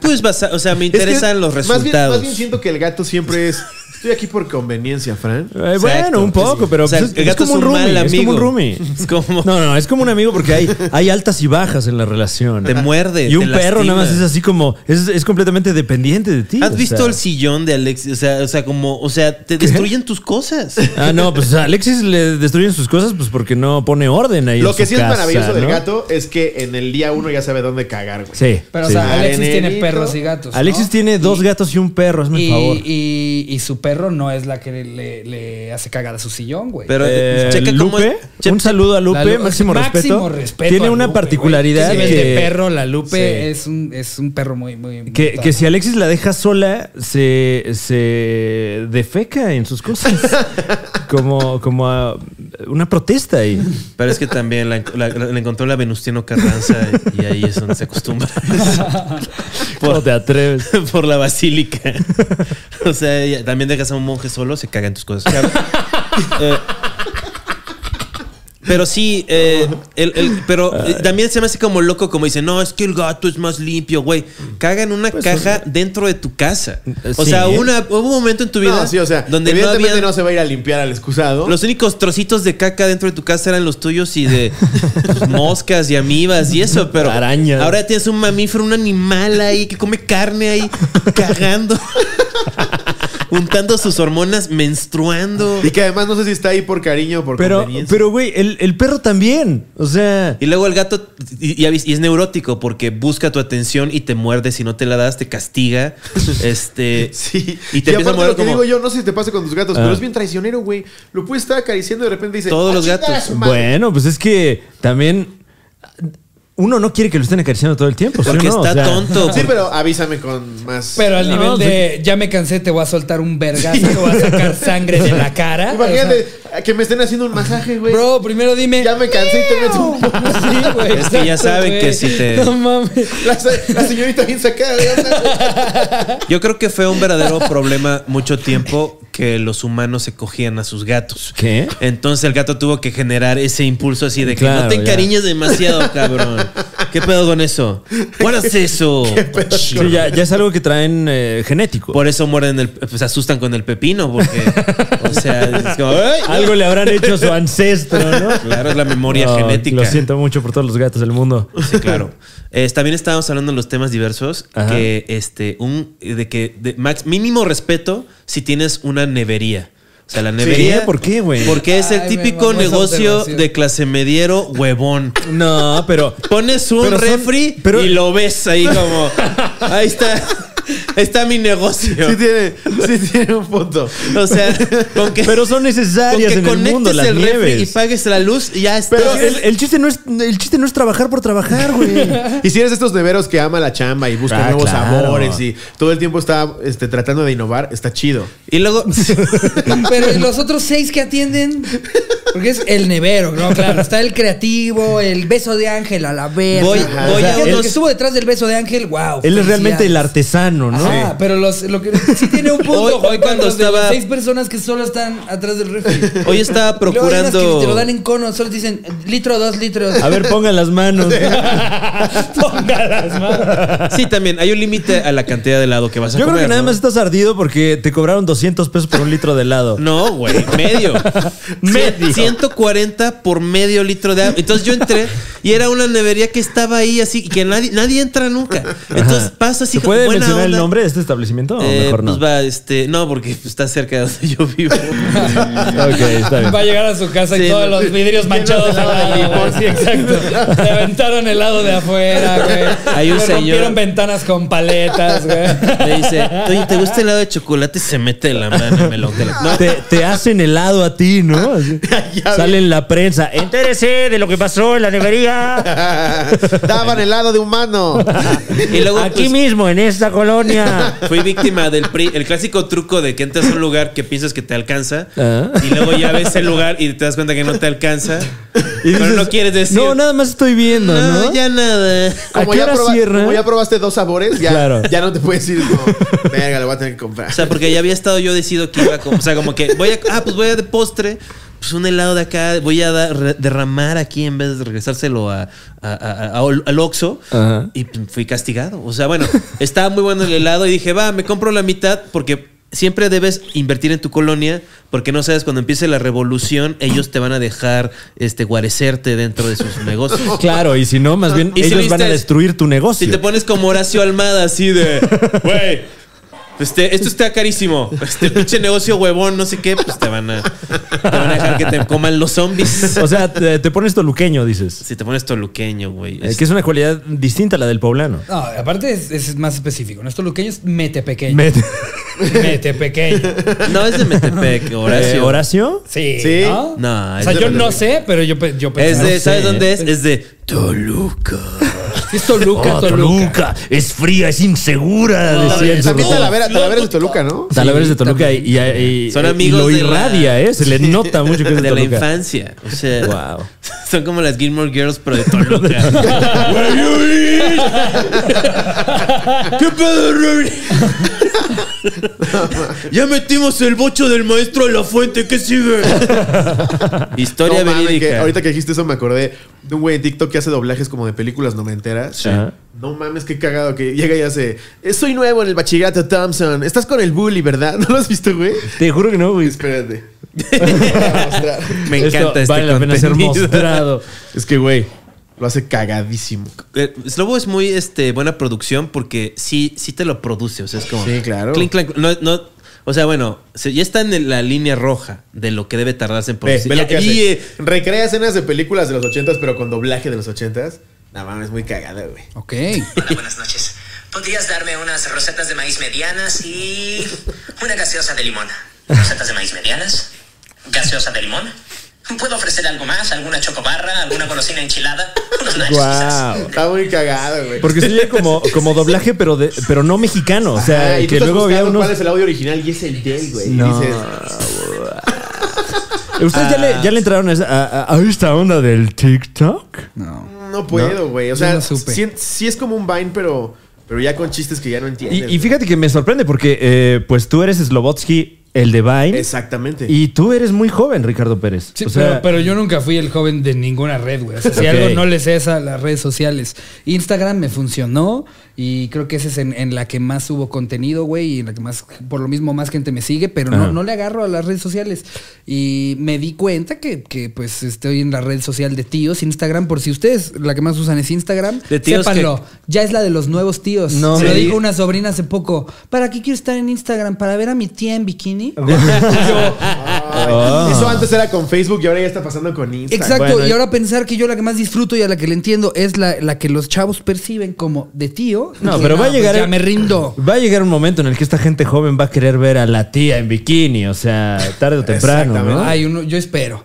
Pues vas a- o sea, me
Es que
interesan los
más bien-
resultados.
Más bien, siento que el gato siempre es. Estoy aquí por conveniencia, Fran.
Eh,
Exacto.
bueno, un poco, pero
O sea,
pues, es,
el
es
gato
como un
es un mal
roomie, es como un
amigo.
roomie.
Es como-
No, no, es como un amigo porque hay, hay altas y bajas en la relación.
Te muerde,
Y un
te
perro nada más
lastima.
es así como, es, es completamente dependiente de ti.
¿Has
o
visto
sea.
el sillón de Alexis? O sea, o sea, como, o sea, te destruyen tus cosas.
Ah, no, pues a Alexis le destruyen sus cosas pues porque no pone orden ahí.
Lo
en
que
su
sí es
casa,
maravilloso del
¿no?
gato es que en el día uno ya sabe dónde cagar, güey.
Sí.
Pero, o
sí. Ah,
sea, Alexis tiene
Arenelito.
perros y gatos. ¿no?
Alexis tiene dos
Y-
gatos y un perro, hazme el
Y,
favor.
y- y su perro no es la que le, le hace cagar a su sillón, güey.
Pero
Eh,
checa cómo
Lupe,
es- che-
un saludo a Lupe,
La Lu-
máximo, respeto.
respeto
Tiene
a
una
Lupe, güey.
particularidad
Ese nivel
que,
de perro, la Lupe
Sí.
es, un, es un perro muy, muy. muy
Que,
top.
que si Alexis la deja sola, se, se defeca en sus cosas. como como a- una protesta ahí.
Pero es que también la, la- la- la encontró la Venustiano Carranza y ahí es donde se acostumbra.
¿Cómo te atreves?
Por la basílica. O sea, ella- también dejas a un monje solo, se cagan tus cosas. Eh, Pero sí, eh, el- el- pero eh, también se me hace como loco, como dicen, no, es que el gato es más limpio, güey. Caga en
Pues,
una caja dentro de tu casa. O
sí,
sea,
¿eh?
una, hubo un momento en tu vida
No, sí, o sea,
donde no
evidentemente no,
había...
se va a ir a limpiar al excusado.
Los únicos trocitos de caca dentro de tu casa eran los tuyos y de pues, moscas y amibas y eso, pero
Arañas.
ahora tienes un mamífero, un animal ahí que come carne ahí cagando, juntando sus hormonas, menstruando.
Y que además no sé si está ahí por cariño o por
Pero,
conveniencia.
pero güey, el, el perro también. O sea,
Y luego el gato y, y avis- y es neurótico porque busca tu atención y te muerde. Si no te la das, te castiga. este.
Sí.
Y te empieza a
aparte
mover
lo que
como. Ah.
digo yo, no sé si te pasa con tus gatos, pero es bien traicionero, güey. Lo puedes estar acariciando y de repente dice...
Todos
"Ah,
los
chingar a
gatos.
su madre".
bueno, pues es que también uno no quiere que lo estén acariciando todo el tiempo.
pues,
¿sí o
Porque
no? O
está
sea,
tonto.
Sí, pero avísame con más...
Pero al
No,
nivel
sí.
de ya me cansé, te voy a soltar un vergazo, te voy a sacar sangre de la cara.
Imagínate que me estén haciendo un masaje,
O sea,
güey.
bro, primero dime. pues,
Ya me cansé y te meto un poco.
Sí, güey,
Es que ya
exacto,
saben que
güey.
si te-
No mames.
La, se- la señorita bien sacada de onda, güey.
Yo creo que fue un verdadero problema mucho tiempo que los humanos se cogían a sus gatos.
¿Qué?
Entonces el gato tuvo que generar ese impulso así de que
Claro,
no te
ya.
encariñes demasiado, cabrón. ¿Qué pedo con eso? ¿Cuál es eso?
Sí, ya, ya es algo que traen eh, genético.
Por eso mueren el, pues asustan con el pepino, porque, o sea, es como, "Ay,
Algo le habrán hecho a su ancestro, ¿no?
Claro, es la memoria
No,
genética.
Lo siento mucho por todos los gatos del mundo.
Sí, claro. Eh, también estábamos hablando de los temas diversos.
Ajá.
Que este, un, de que de, max, mínimo respeto si tienes una nevería. O sea, la nevería.
¿Por qué, güey?
Porque es el
Ay, me
típico
mamó esa
negocio
observación.
de clase mediero huevón.
No, pero.
Pones un
Pero son-
refri
pero-
y lo ves ahí como. Ahí está. ahí Está mi negocio.
Sí tiene, sí tiene un punto.
O sea, con que,
Pero son
con
necesarias
que
en el
conectes
mundo las
el refri y
nieves.
pagues la luz, ya está.
Pero el, el chiste no es, el chiste no es trabajar por trabajar, güey.
Y si eres de estos neveros que ama la chamba y busca
Ah,
nuevos
claro.
sabores y todo el tiempo está este, tratando de innovar, está chido.
y luego.
Pero ¿y los otros seis que atienden? Porque es el nevero, ¿no? Claro, está el creativo, el beso de Ángel a la verga.
Voy-
Ajá.
voy
O sea,
a
el
unos-
que estuvo detrás del beso de Ángel, wow.
Él es realmente el
felicidades.
artesano, ¿no?
Ajá, pero los, lo que sí tiene un punto.
Hoy-
Juan,
hoy cuando
los de
estaba-
las seis personas que solo están atrás del refri.
Hoy estaba
Luego hay unas
procurando.
que te lo dan en cono, solo te dicen litro, dos litros.
A ver, pongan las manos.
Sí, también. Hay un límite a la cantidad de helado que vas a
Yo creo
comer.
que nada
¿no?
más estás ardido porque te cobraron 200 pesos por un litro de helado.
No, güey, medio. medio. 140 por medio litro de agua. Entonces yo entré y era una nevería que estaba ahí así y que nadie, nadie entra nunca. Entonces pasa
¿Se
así como
puede
buena
mencionar el
onda.
nombre de este establecimiento? o
Eh,
mejor no.
Pues va, este, no, porque está cerca de donde yo vivo.
Ok, está bien.
Va a llegar a su casa y
Sí,
todos
no.
los vidrios manchados de helado. güey. Sí, exacto. Le aventaron helado de afuera, güey.
Hay un
Le
señor-
rompieron ventanas con paletas, güey.
Me dice, oye, ¿te gusta el helado de chocolate? Y se mete la mano en el ojo de la- No,
Te, te hacen helado a ti, ¿no? Así. Sale en la prensa. Entérese de lo que pasó en la nevería.
Daban helado de humano.
Y luego
Aquí
pues,
mismo, en esta colonia.
Fui víctima del PRI, el clásico truco de que entras a un lugar que piensas que te alcanza
Ah.
y luego ya ves el lugar y te das cuenta que no te alcanza.
Y
pero
dices,
no quieres decir.
No, nada más estoy viendo, ¿no?
No, ya nada.
¿A
Como
qué
ya,
hora
proba-
cierra?
como ya probaste dos sabores, ya,
Claro.
ya no te puedes ir como, verga, lo voy a tener que comprar.
O sea, porque ya había estado yo decido que iba a com- O sea, como que voy a. Ah, pues voy a de postre. Pues un helado de acá. Voy a dar- re- derramar aquí en vez de regresárselo a, a- a- a- al- al Oxxo.
Ajá.
Y p- fui castigado. O sea, bueno, estaba muy bueno el helado y dije, va, me compro la mitad porque siempre debes invertir en tu colonia porque no sabes cuando empiece la revolución ellos te van a dejar este guarecerte dentro de sus negocios.
Claro, y si no, más bien
¿Y si
ellos
viste
van a
es-
destruir tu negocio.
Si te pones como Horacio Almada así de, güey, este, esto está carísimo. Este pinche negocio huevón, no sé qué, pues te van a, te van a dejar que te coman los zombies.
O sea, te, te pones toluqueño, dices.
Si te pones toluqueño, güey.
Eh, que es una cualidad distinta a la del poblano.
No, aparte es, es más específico. No es toluqueño, es mete pequeño.
Met-
mete pequeño.
No, es de Metepec, Horacio.
Eh, ¿Horacio?
Sí.
Sí.
¿no?
No,
o
es
sea,
de
yo
Metepec.
no sé, pero yo, pe- yo pensé.
Es de,
no sé.
¿sabes dónde es? Es de Toluca.
Sí, es Toluca,
Oh,
Toluca.
Toluca. Es fría, es insegura. decía en su
También
ropa.
Talavera, Talavera es de Toluca, ¿no?
Talavera es de
Sí,
Toluca y,
también.
y- y-
Son
y
amigos
lo
de la-
irradia, ¿eh? Se le nota mucho que es de,
de la
Toluca.
infancia. O sea,
Wow.
son como las Gilmore Girls, pero de Toluca. ¿Qué pedo, Ruby? ya metimos el bocho del maestro a la fuente, ¿qué sigue? Historia
No mames,
verídica.
que ahorita que dijiste eso me acordé de un güey en TikTok que hace doblajes como de películas noventeras.
Ajá.
No mames, qué cagado que llega y hace. "Eh, Soy nuevo en el bachillerato Thompson. Estás con el bully, ¿verdad? ¿No lo has visto, güey?
Te juro que no, güey.
Espérate. Te voy a mostrar.
Me encanta
Esto
este
vale la pena ser
contenido.
mostrado.
es que, güey, lo hace cagadísimo.
Eh, Slobo es muy este, buena producción porque sí, sí te lo produce. O sea, es como.
Sí, claro.
Clink, clank, no, no, o sea, bueno, se- ya está en la línea roja de lo que debe tardarse en
Ve,
producir.
ve lo
Ya-
que
y,
hace.
eh,
Recrea escenas de películas de los ochentas, pero con doblaje de los ochentas. No mames, muy cagada, güey.
Ok.
Hola, buenas noches. ¿Podrías darme unas rosetas de maíz medianas y una gaseosa de limón? ¿Rosetas de maíz medianas? ¿Gaseosa de limón? ¿Puedo ofrecer algo más? ¿Alguna chocobarra? ¿Alguna golosina enchilada? ¿Unos nachos quizás?
Wow.
Está muy cagada, güey.
Porque se oye como, como doblaje, pero, de, pero no mexicano. O sea,
Ajá, Ah, y tú
que
estás
luego había
buscando
unos.
¿Cuál es el audio original? Y es el del, güey.
No.
Y dices,
¿Ustedes ya, le, ya
Ah.
le entraron a, esa- a- a- a esta onda del TikTok?
No.
no puedo, güey. O
Yo
sea,
no supe.
sí, sí es como un Vine, pero, pero ya con chistes que ya no entiendes.
Y, y
güey.
fíjate que me sorprende porque, eh, pues tú eres Slobotsky, el de Vine.
Exactamente.
Y tú eres muy joven, Ricardo Pérez.
Sí,
o sea,
pero, pero yo nunca fui el joven de ninguna red, güey. O sea, si
Ok.
algo no les es a las redes sociales. Instagram me funcionó y creo que esa es en, en la que más hubo contenido, güey, y en la que más, por lo mismo, más gente me sigue, pero
Ajá.
no, no le agarro a las redes sociales. Y me di cuenta que, que, pues estoy en la red social de tíos, Instagram, por si ustedes la que más usan es Instagram,
De tíos
sépanlo, ya es la de los nuevos tíos.
No
Se
me
lo
digas.
dijo una sobrina hace poco. ¿Para qué quiero estar en Instagram? ¿Para ver a mi tía en bikini?
Ay,
Ah.
Eso antes era con Facebook y ahora ya está pasando con Instagram.
Exacto,
Bueno,
y ahora pensar que yo la que más disfruto y a la que le entiendo es la, la que los chavos perciben como de tío.
No,
Que
pero va a
pues
llegar.
ya me rindo.
Va a llegar un momento en el que esta gente joven va a querer ver a la tía en bikini, o sea, tarde o temprano, ¿no?
Exactamente.
Ay, uno, yo espero.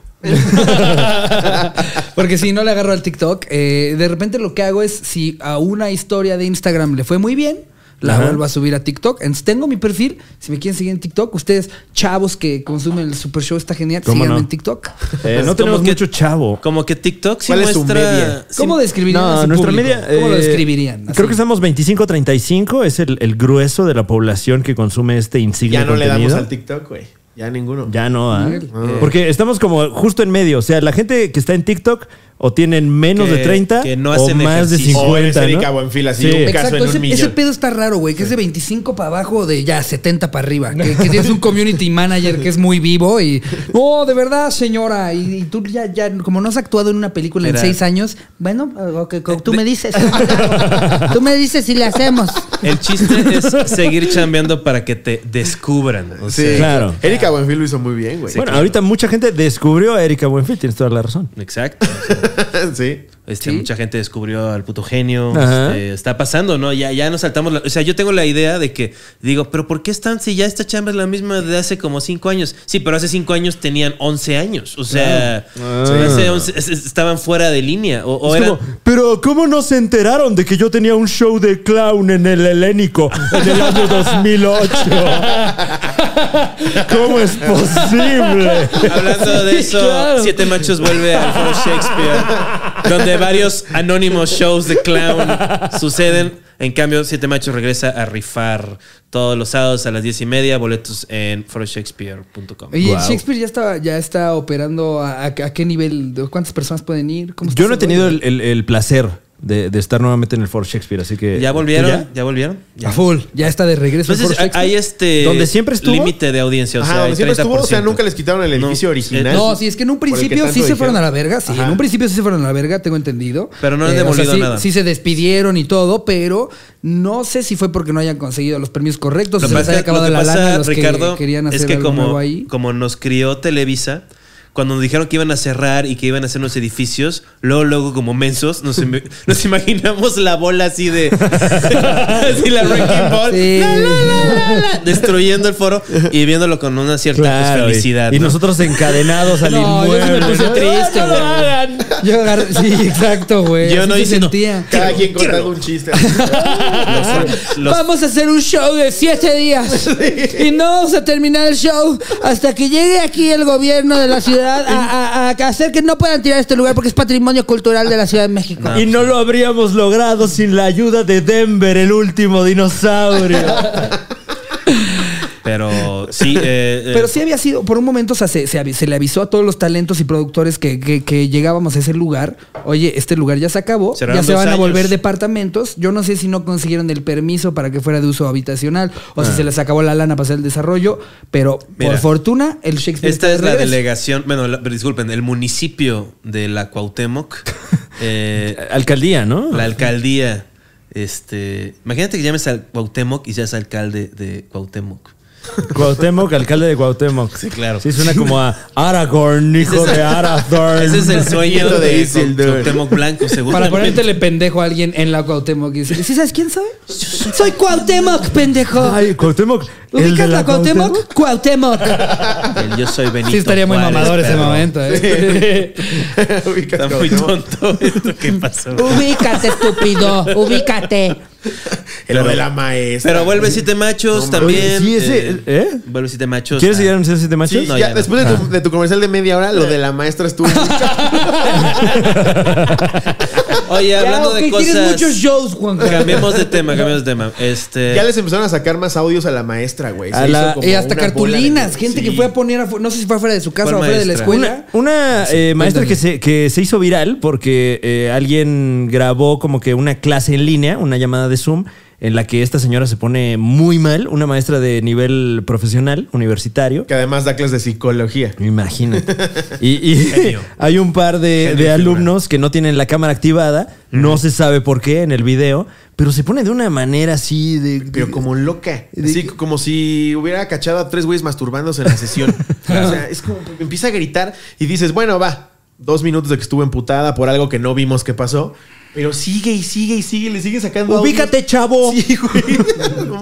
Porque si no le agarro al TikTok, eh, de repente lo que hago es si a una historia de Instagram le fue muy bien, la
Ajá.
vuelvo a subir a TikTok. Entonces tengo mi perfil. Si me quieren seguir en TikTok, ustedes, chavos que consumen el Super Show, está genial.
¿Cómo
Síganme
no?
en TikTok.
Eh, no
Como
tenemos
que-
mucho chavo.
Como que TikTok sí
¿Cuál es su
muestra.
media?
sí-
¿Cómo describirían a
No,
su
nuestra
público?
media.
¿Cómo lo
eh,
describirían?
Creo que
Así.
estamos 25-35, es el, el grueso de la población que consume este insigne
Ya no le damos
contenido.
al TikTok, güey. Ya ninguno.
Ya no, ¿ah?
Miguel.
Eh, Porque estamos como justo en medio. O sea, la gente que está en TikTok o tienen menos
Que-
de 30
que no
o
hacen
más de
ejercicio.
50.
O eres
¿no?
Erika Buenfil, así, un Este caso en
Exacto, ese,
millón.
ese pedo está raro, güey, que es de 25 para abajo de ya 70 para arriba. Que, que tienes un community manager que es muy vivo y. No, de verdad, señora. Y, y tú ya, ya, como no has actuado en una película
Era-
en seis años, bueno, ok, co- tú me dices. tú me dices si le hacemos.
El chiste es seguir chambeando para que te descubran. O
Sí,
sea,
claro.
Erika Buenfil lo hizo muy bien, güey.
Bueno, ahorita mucha gente descubrió a Erika Buenfil, tienes toda la razón.
Exacto.
sí.
Este,
Sí.
Mucha gente descubrió al puto genio.
Ajá.
este, está pasando, ¿no? Ya, ya nos saltamos. la- o sea, yo tengo la idea de que digo, pero ¿por qué están si ya esta chamba es la misma de hace como cinco años? Sí, pero hace cinco años tenían 11 años. O sea, hace 11 es- es- estaban fuera de línea. O, o
Ah. Es
eran-
como, pero ¿cómo no se enteraron de que yo tenía un show de clown en el helénico en el año 2008? ¿Cómo es posible?
Hablando de eso, Siete Machos vuelve al Foro Shakespeare, donde varios anónimos shows de clown suceden. En cambio, Siete Machos regresa a rifar todos los sábados a las diez y media, boletos en foroshakespeare.com.
Oye, Shakespeare ya está, ya está operando a, a- a qué nivel, cuántas personas pueden ir. ¿Cómo está
Yo no he
ese
tenido
rollo?
el, el- el placer de, de estar nuevamente en el Fort Shakespeare, así que...
¿Ya volvieron?
¿Ya?
¿Ya, volvieron?
A full, ya está de regreso. el
Entonces,
foro Shakespeare.
hay este
¿Donde siempre estuvo?
límite de audiencia. O
Ajá,
sea, hay
donde siempre estuvo, o sea,
30%.
nunca les quitaron el
No,
edificio
eh,
original.
No, sí, es que en un
por el que
principio
tanto
sí se
dijeron.
fueron a la verga, sí,
Ajá.
en un principio sí se fueron a la verga, tengo entendido. Eh,
Pero no han
o
devolvido
sí-
nada.
Sí se despidieron y todo, pero no sé si fue porque no hayan conseguido los premios correctos,
Lo
o se
que
les haya
pasa- lo
acabado
que
la
pasa,
lana a los
Ricardo,
que querían hacer
es que
algo nuevo
como,
ahí.
como nos crió Televisa, cuando nos dijeron que iban a cerrar y que iban a hacer unos edificios, luego, luego, como mensos, nos, im- nos imaginamos la bola así de. así la Wrecking Ball.
Sí.
la, la, la, la, la, destruyendo el foro y viéndolo con una cierta pues,
Claro. y-
felicidad.
Y,
¿no?
nosotros encadenados al
No, yo sí me
inmueble.
puse
¿no?
triste,
¡Ah, no lo
güey.
hagan!
Yo agarré- sí, exacto, güey.
Yo
Así
no
se
hice, no.
sentía.
Cada quien contando un chiste.
Los- los-
Vamos a hacer un show de siete días. Y no vamos a terminar el show hasta que llegue aquí el gobierno de la ciudad a, a- a hacer que no puedan tirar este lugar porque es patrimonio cultural de la Ciudad de México.
Y no lo habríamos logrado sin la ayuda de Denver, el último dinosaurio.
pero sí. eh, eh,
Pero sí había sido, por un momento o sea, se, se avi- se le avisó a todos los talentos y productores que, que- que llegábamos a ese lugar. Oye, este lugar ya se acabó,
Serán
ya se
dos
van a
años.
volver departamentos. Yo no sé si no consiguieron el permiso para que fuera de uso habitacional o si se les acabó la lana para hacer el desarrollo, pero
Ah. Mira,
por fortuna el Shakespeare...
Esta
está
es la
regreso.
delegación, bueno, la- disculpen, el municipio de la Cuauhtémoc, eh,
Alcaldía, ¿no?
la alcaldía. Este, imagínate que llames al Cuauhtémoc y seas alcalde de Cuauhtémoc.
Cuauhtémoc, alcalde de Cuauhtémoc. Sí,
claro.
Sí, suena como a Aragorn, hijo
Ese es-
de Aragorn.
Ese es el sueño
Nieto de
de
Isildur.
Cau- Cuauhtémoc Blanco,
Para
seguramente.
ponértele pendejo a alguien en la Cuauhtémoc y decirle, ¿sí sabes quién sabe? Soy Cuauhtémoc, pendejo.
Ay, Cuauhtémoc. ¿el de
¿Ubicas la Cuauhtémoc? Cuauhtémoc.
El yo soy Benito
Sí, estaría muy
Juárez,
mamador ese
perro.
momento. ¿eh?
Ubicas
Está
como-
muy tonto esto que pasó.
Ubícate, estúpido. Ubícate.
Lo de la maestra.
Pero vuelve siete machos
No,
también.
oye, sí, ese- ¿eh?
Vuelve siete machos.
¿Quieres
Ah,
ir a anunciar siete machos?
Sí,
No,
ya,
ya no.
después
Ah.
de, tu, de tu comercial de media hora,
Eh.
lo de la maestra estuvo.
Oye, hablando de
Tienes
cosas.
muchos shows, Juan.
Cambiemos de tema, cambiemos de tema. Este.
ya les empezaron a sacar más audios a la maestra, güey. Se
A la-
hizo como
Y hasta
una bola de-
cartulinas, gente que
Sí.
fue a poner, afu- no sé si fue afuera de su casa
¿Cuál
o afuera de la
maestra?
escuela.
Una eh, maestra
cuéntame.
que se, que se hizo viral porque eh, alguien grabó como que una clase en línea, una llamada de Zoom, en la que esta señora se pone muy mal, una maestra de nivel profesional, universitario.
Que además da clases de psicología.
Imagínate. Y, y hay un par de, de alumnos que no tienen la cámara activada, no se sabe por qué en el video, pero se pone de una manera así de...
Pero como loca.
de-
Así como si hubiera cachado a tres güeyes masturbándose en la sesión. o sea, es como empieza a gritar y dices, bueno, va, dos minutos de que estuve emputada por algo que no vimos que pasó. Pero sigue y sigue y sigue, le sigue sacando. audios.
Ubícate, chavo.
Sí, güey.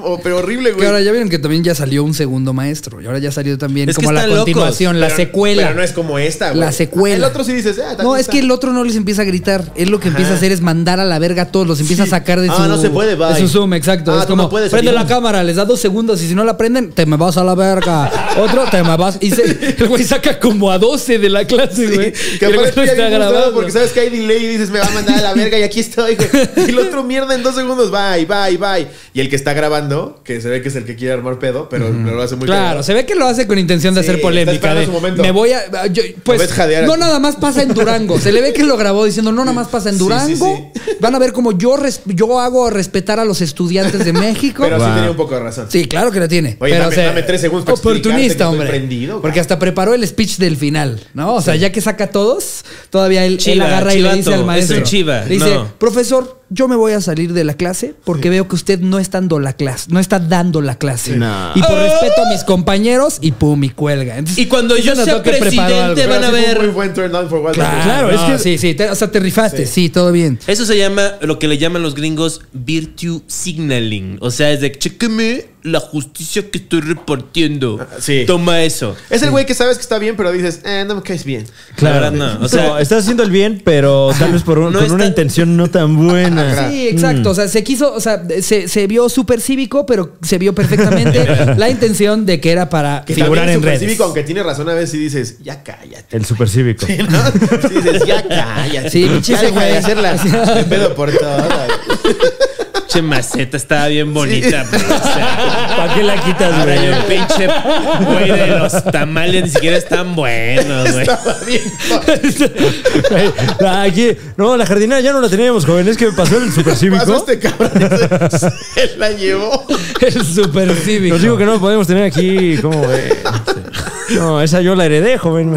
O- pero horrible,
Que ahora
güey.
ya vieron que también ya salió un segundo maestro. Y ahora ya salió también
Es que
como la
están locos,
continuación, la
Pero-
secuela.
Pero no es como esta, güey.
La secuela.
El otro sí dices, ah, también
No, es
está.
que el otro no les empieza a gritar. Él lo que empieza a hacer es mandar a la verga a todos. Los empieza
Sí.
a sacar de
Ah,
su.
no se puede, bye.
De su Zoom, exacto.
Ah,
es
tú
como,
no puedes,
prende
adiós".
la cámara, les da dos segundos y si no la prenden, te me vas a la verga. Otro, te me vas. Y se- el güey saca como a 12 de la clase, güey. Y
Que
el
aparte
güey
ya
está
bien frustrado
grabando.
porque sabes que hay delay y dices, me va a mandar a la verga y aquí estoy, güey. Y el otro mierda en dos segundos, bye, bye, bye. Y el que está grabando, que se ve que es el que quiere armar pedo, pero lo hace muy
Claro,
cagado.
se ve que lo hace con intención de
Sí,
hacer
está
polémica.
esperando
de,
su momento.
Me voy a. yo-
ves
pues.
jadear
No,
así.
nada más pasa en Durango. Se le ve que lo grabó diciendo, no, nada más pasa en
Sí, sí,
Durango. Van a ver cómo yo, res- yo hago respetar a los estudiantes de México.
Pero sí
Wow.
tenía un poco de razón.
Sí, claro que la tiene.
Oye,
pero,
dame- dame tres segundos para explicarte que
Oportunista,
estoy
hombre.
prendido,
porque
cabrón.
hasta preparó el speech del final, ¿no? O sea, ya que saca a todos, todavía él, él
Chiva,
agarra y le dice
chivato, es
al
un
maestro.
chiva,
le dice,
no.
profesor, yo me voy a salir de la clase porque veo que usted no está dando la clase, no está dando la clase.
No.
Y por respeto a mis compañeros, y pum, y cuelga. Entonces,
Y cuando
sí
yo
se
sea
notó que preparó
presidente,
algo.
Pero
van a
sí fue
ver-
un Muy buen turn down for what
Claro,
Claro, es
no,
que-
sí, sí, te- o sea, te rifaste, sí. todo bien.
Eso se llama lo que le llaman los gringos virtue signaling. O sea, es de chequeme la justicia que estoy repartiendo.
Ah, sí.
Toma eso.
Es el güey que sabes que está bien, pero dices, eh, no me caes bien.
La
Claro,
verdad, no.
no.
O sea,
estás haciendo el bien, pero tal vez por un-
No
con una
está-
intención no tan buena.
Sí, exacto. O sea, se quiso, o sea, se, se vio súper cívico, pero se vio perfectamente la intención de que era para
Que
figurar
también
en
el
redes.
supercívico, aunque tiene razón a veces, sí dices, ya cállate.
El supercívico.
¿no? Sí dices, ya cállate.
Sí, pinche
ya
ese
deja de
güey.
hacerla. Me pedo por todo.
pinche maceta estaba bien bonita. pero, o sea,
¿Para qué la quitas,
ahora yo el
güey?
pinche güey de los tamales ni siquiera están buenos, güey.
Güey, la- Aquí, no, la jardinera ya no la teníamos, joven. Es que pasó el
Pasó
supercívico.
este cabrón. Se la llevó.
El super cívico.
Nos digo que no la podemos tener aquí, ¿cómo ve? No, esa yo la heredé, joven.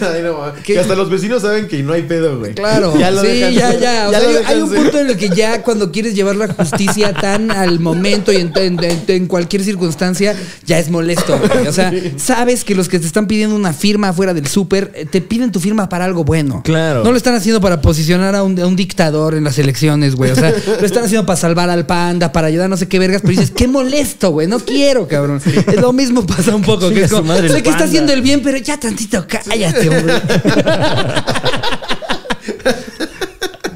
Ay, no, mames.
¿Qué?
que hasta los vecinos saben que no hay pedo, güey.
Claro,
Ya lo
sí,
dejan
ya,
ser.
ya. O sea,
lo
hay-
dejan
hay un
ser.
punto en el que ya cuando quieres llevar la justicia tan al momento y en, en- en- en cualquier circunstancia, ya es molesto. güey. O sea, sabes que los que te están pidiendo una firma fuera del súper, eh, te piden tu firma para algo bueno.
Claro.
No lo están haciendo para posicionar a un, a un dictador en las elecciones, güey. O sea, lo están haciendo para salvar al panda, para ayudar no sé qué vergas, pero dices, qué molesto, güey. No quiero, cabrón. Es lo mismo pasa un poco. Que
Chinga
es
su
como,
madre el
sé que está
panda.
haciendo el bien, pero ya tantito, cállate, hombre.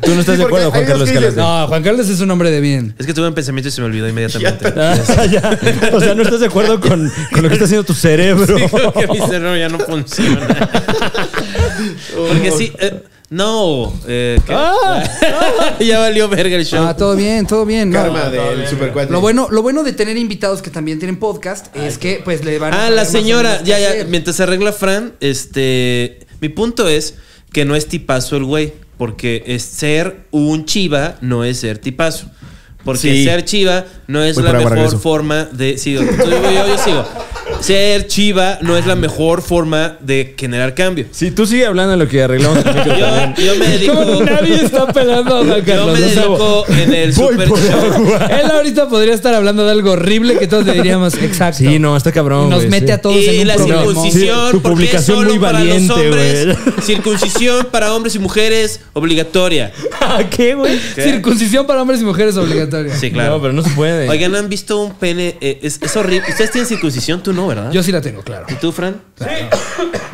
Tú no estás
Sí,
de
porque
acuerdo, Juan
hay unos
Carlos
que dicen,
Escalante.
No, Ah, Juan Carlos es un hombre de bien.
Es que tuve un pensamiento y se me olvidó inmediatamente.
Ah, ya. O sea, no estás de acuerdo con, con lo que está haciendo tu cerebro.
Creo que mi cerebro ya no funciona. Porque sí. eh, no. eh, ¿qué?
Ah.
ya valió verga el show.
Ah, todo bien, todo bien. no.
Karma del supercuate.
Lo bueno, lo bueno de tener invitados que también tienen podcast es que pues le van
Ah,
dar
la
más o
señora.
menos qué
Ya, ya.
hacer.
Mientras se arregla Fran, este. Mi punto es que no es tipazo el güey. Porque es ser un chiva no es ser tipazo. Porque
Sí.
ser chiva no es
Voy
la
por agua,
mejor
regreso.
forma de. Sí, yo, yo- yo sigo. Ser chiva no es la mejor forma de generar cambio.
Sí, tú sigue hablando de lo que arreglamos el micro
Yo,
también.
yo me dedico.
¿Cómo nadie está pelando a
Ah,
Juan
Yo
Carlos?
me
O sea,
dedico en el
Voy
super
por
show.
agua.
Él ahorita podría estar hablando de algo horrible que todos le diríamos exacto.
Sí, no, está cabrón.
Y nos
güey,
mete
sí.
a todos
Y
en
la
un problema.
Sí,
circuncisión,
tu
porque es
publicación
solo
muy valiente,
para los hombres.
güey.
Circuncisión para hombres y mujeres obligatoria.
¿A ¿Qué, güey?
Circuncisión para hombres y mujeres obligatoria.
Sí, claro.
No, pero no se puede.
Oigan, ¿han visto un pene? Eh, es, es horrible. ¿Ustedes tienen circuncisión? Tú no, ¿verdad?
Yo sí la tengo, claro.
¿Y tú, Fran?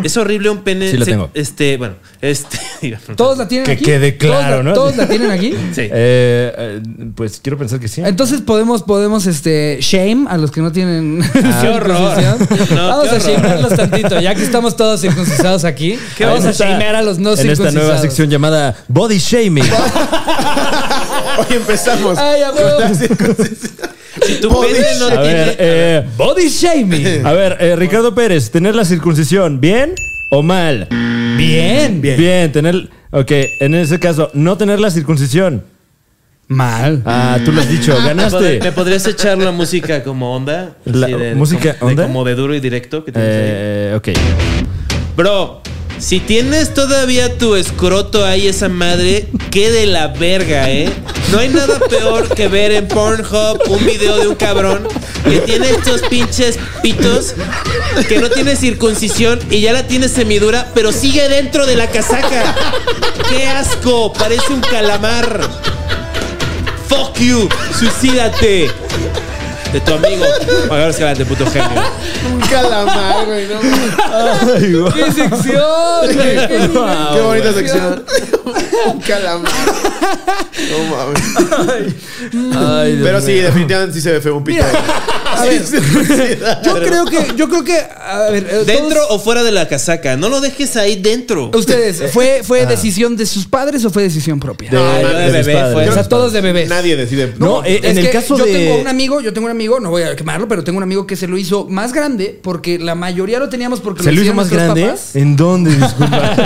Es horrible un pene.
Sí, la
se-
tengo.
Este, bueno, este. iba a preguntar.
Todos la tienen
Que
aquí.
quede claro,
¿Todos la-
¿no?
Todos la tienen aquí.
Sí.
Eh, eh, pues quiero pensar que sí.
Entonces podemos, podemos, este, shame a los que no tienen
qué horror.
circuncisión.
No,
vamos
qué
a
horror.
shamearlos tantito, ya que estamos todos circuncidados aquí. vamos
En
a
esta-
shamear a los no
En esta
circuncidados.
nueva sección llamada Body Shaming.
Hoy empezamos.
Ay, a huevo.
Si tu pene no
A
tiene.
ver, eh,
Body shaming.
a ver eh, Ricardo Pérez, ¿tener la circuncisión bien o mal?
Bien.
Bien. tener. Ok, en ese caso, no tener la circuncisión.
Mal.
Ah, tú lo has dicho,
¿me, pod- me
ganaste.
podrías echar la música como onda? Así
La-
de-
¿música
como, de-
onda?
como de duro y directo que tienes ahí.
Eh, ok.
Bro, si tienes todavía tu escroto ahí, esa madre, qué de la verga, ¿eh? No hay nada peor que ver en Pornhub un video de un cabrón que tiene estos pinches pitos que no tiene circuncisión y ya la tiene semidura, pero sigue dentro de la casaca. ¡Qué asco! Parece un calamar. ¡Fuck you! ¡Suicídate! De tu amigo. Ahora escalante, puto genio.
Un calamar, güey. No, mames.
Ay, güey.
¡Qué sección! güey! ¡Qué
Qué bonita sección. Un calamar. No mames.
Ay, Dios
Pero sí,
mío.
definitivamente sí se ve feo un pito. A ver,
Yo creo que, yo creo que, a ver, eh, todos-
¿Dentro o fuera de la casaca? No lo dejes ahí dentro.
ustedes, ¿fue, fue decisión de sus padres o fue decisión propia?
De-
Ah,
de
lo de
mis
bebé
padres.
fue-
o sea, todos de bebés.
Nadie decide.
No, eh,
es
en el
que
caso
yo
de.
tengo un amigo, yo tengo un amigo, no voy a quemarlo, pero tengo un amigo que se lo hizo más grande porque la mayoría lo teníamos porque
¿Se lo hizo
hicieron
más
nuestros
grande?
papás.
¿En dónde? Disculpa.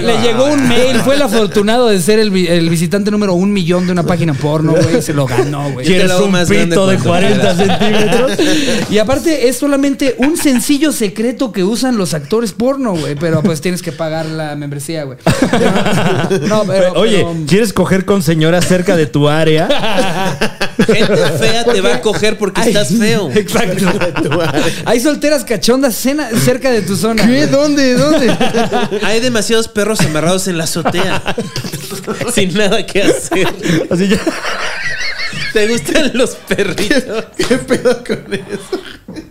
Le llegó
Ah.
un mail, fue el afortunado de ser el, vi- el visitante número un millón de una página porno, güey, se lo ganó, güey.
Yo te
¿Quieres
la hago
un
más grande
pito de
cuando
40 centímetros?
Y aparte es solamente un sencillo secreto que usan los actores porno, güey, pero pues tienes que pagar la membresía, güey. No, pero,
Oye,
pero-
¿quieres coger con señoras cerca de tu área?
Gente fea te va a coger porque
Ay,
estás feo.
Exacto. Hay solteras cachondas cena- cerca de tu zona. güey.
¿Dónde? ¿Dónde?
Hay demasiados perros amarrados en la azotea. Sin nada que hacer.
Así ya.
¿Te gustan los perritos?
¿Qué pedo con eso?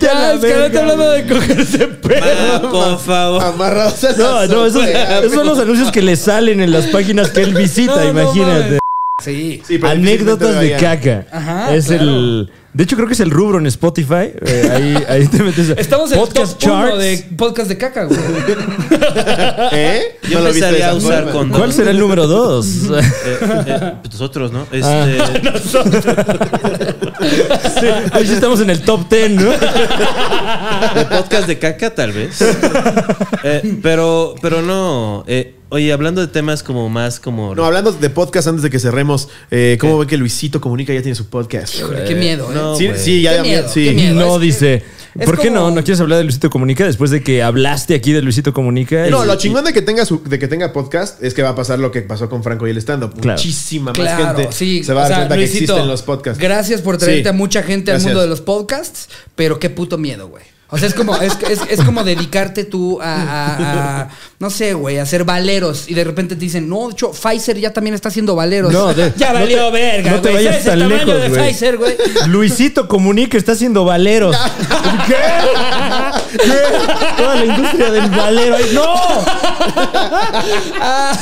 Ya, Ah, es que no te hablando de cogerse
Ah, por favor.
Amarrados a
No, no, esos, esos son los anuncios que le salen en las páginas que él visita,
No, no
imagínate.
mames. Sí.
Anécdotas de caca.
Ajá,
es
claro.
el. De hecho, creo que es el rubro en Spotify. Eh, ahí, ahí te metes. a-
Estamos en
Podcast
el top uno
charts.
de podcast de caca, güey.
¿Eh?
Yo
lo viste de
empezaría
esa
a usar
forma.
con eh,
¿Cuál será el número dos?
nosotros, ¿no?
Ah.
Este,
Sí, ahí sí estamos en el top 10, ¿no?
de podcast de caca, tal vez. Eh, pero, pero no. eh, Oye, hablando de temas como más como.
No, hablando de podcast antes de que cerremos, eh, ¿cómo ven que Luisito Comunica ya tiene su podcast?
Híjole, qué miedo, ¿eh?
no,
sí,
güey.
sí, ya
Qué
da
miedo,
sí.
qué miedo.
No,
es que-
dice.
es
¿Por qué no?
como-
¿No quieres hablar de Luisito Comunica después de que hablaste aquí de Luisito Comunica?
No,
Y-
lo chingón de que tenga su- de que tenga podcast es que va a pasar lo que pasó con Franco y el stand-up.
Claro.
Muchísima más
Claro,
gente
sí.
se va
O
a dar
sea,
cuenta que
Luisito,
existen los podcasts.
Gracias por traerte
Sí,
a mucha gente
gracias.
al mundo de los podcasts, pero qué puto miedo, güey. O sea, es como, es, es- es como dedicarte tú a, a- a- no sé, güey, a ser valeros. Y de repente te dicen, no, de hecho, Pfizer ya también está haciendo valeros.
No, de-
ya
no te-
valió verga,
no te
güey.
vayas
¿Sabes el
tan
tamaño
lejos,
de
güey.
Pfizer, güey?
Luisito Comunica está haciendo valeros. ¿Qué? ¿Qué? Toda la industria del valero. ahí. ¡No!
Ah,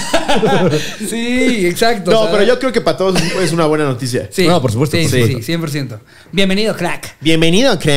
sí, exacto. o
No,
sea,
pero yo creo que para todos es una buena noticia.
Sí,
No, por supuesto,
Sí,
por
sí,
supuesto.
sí, 100%. Bienvenido, crack.
Bienvenido, crack.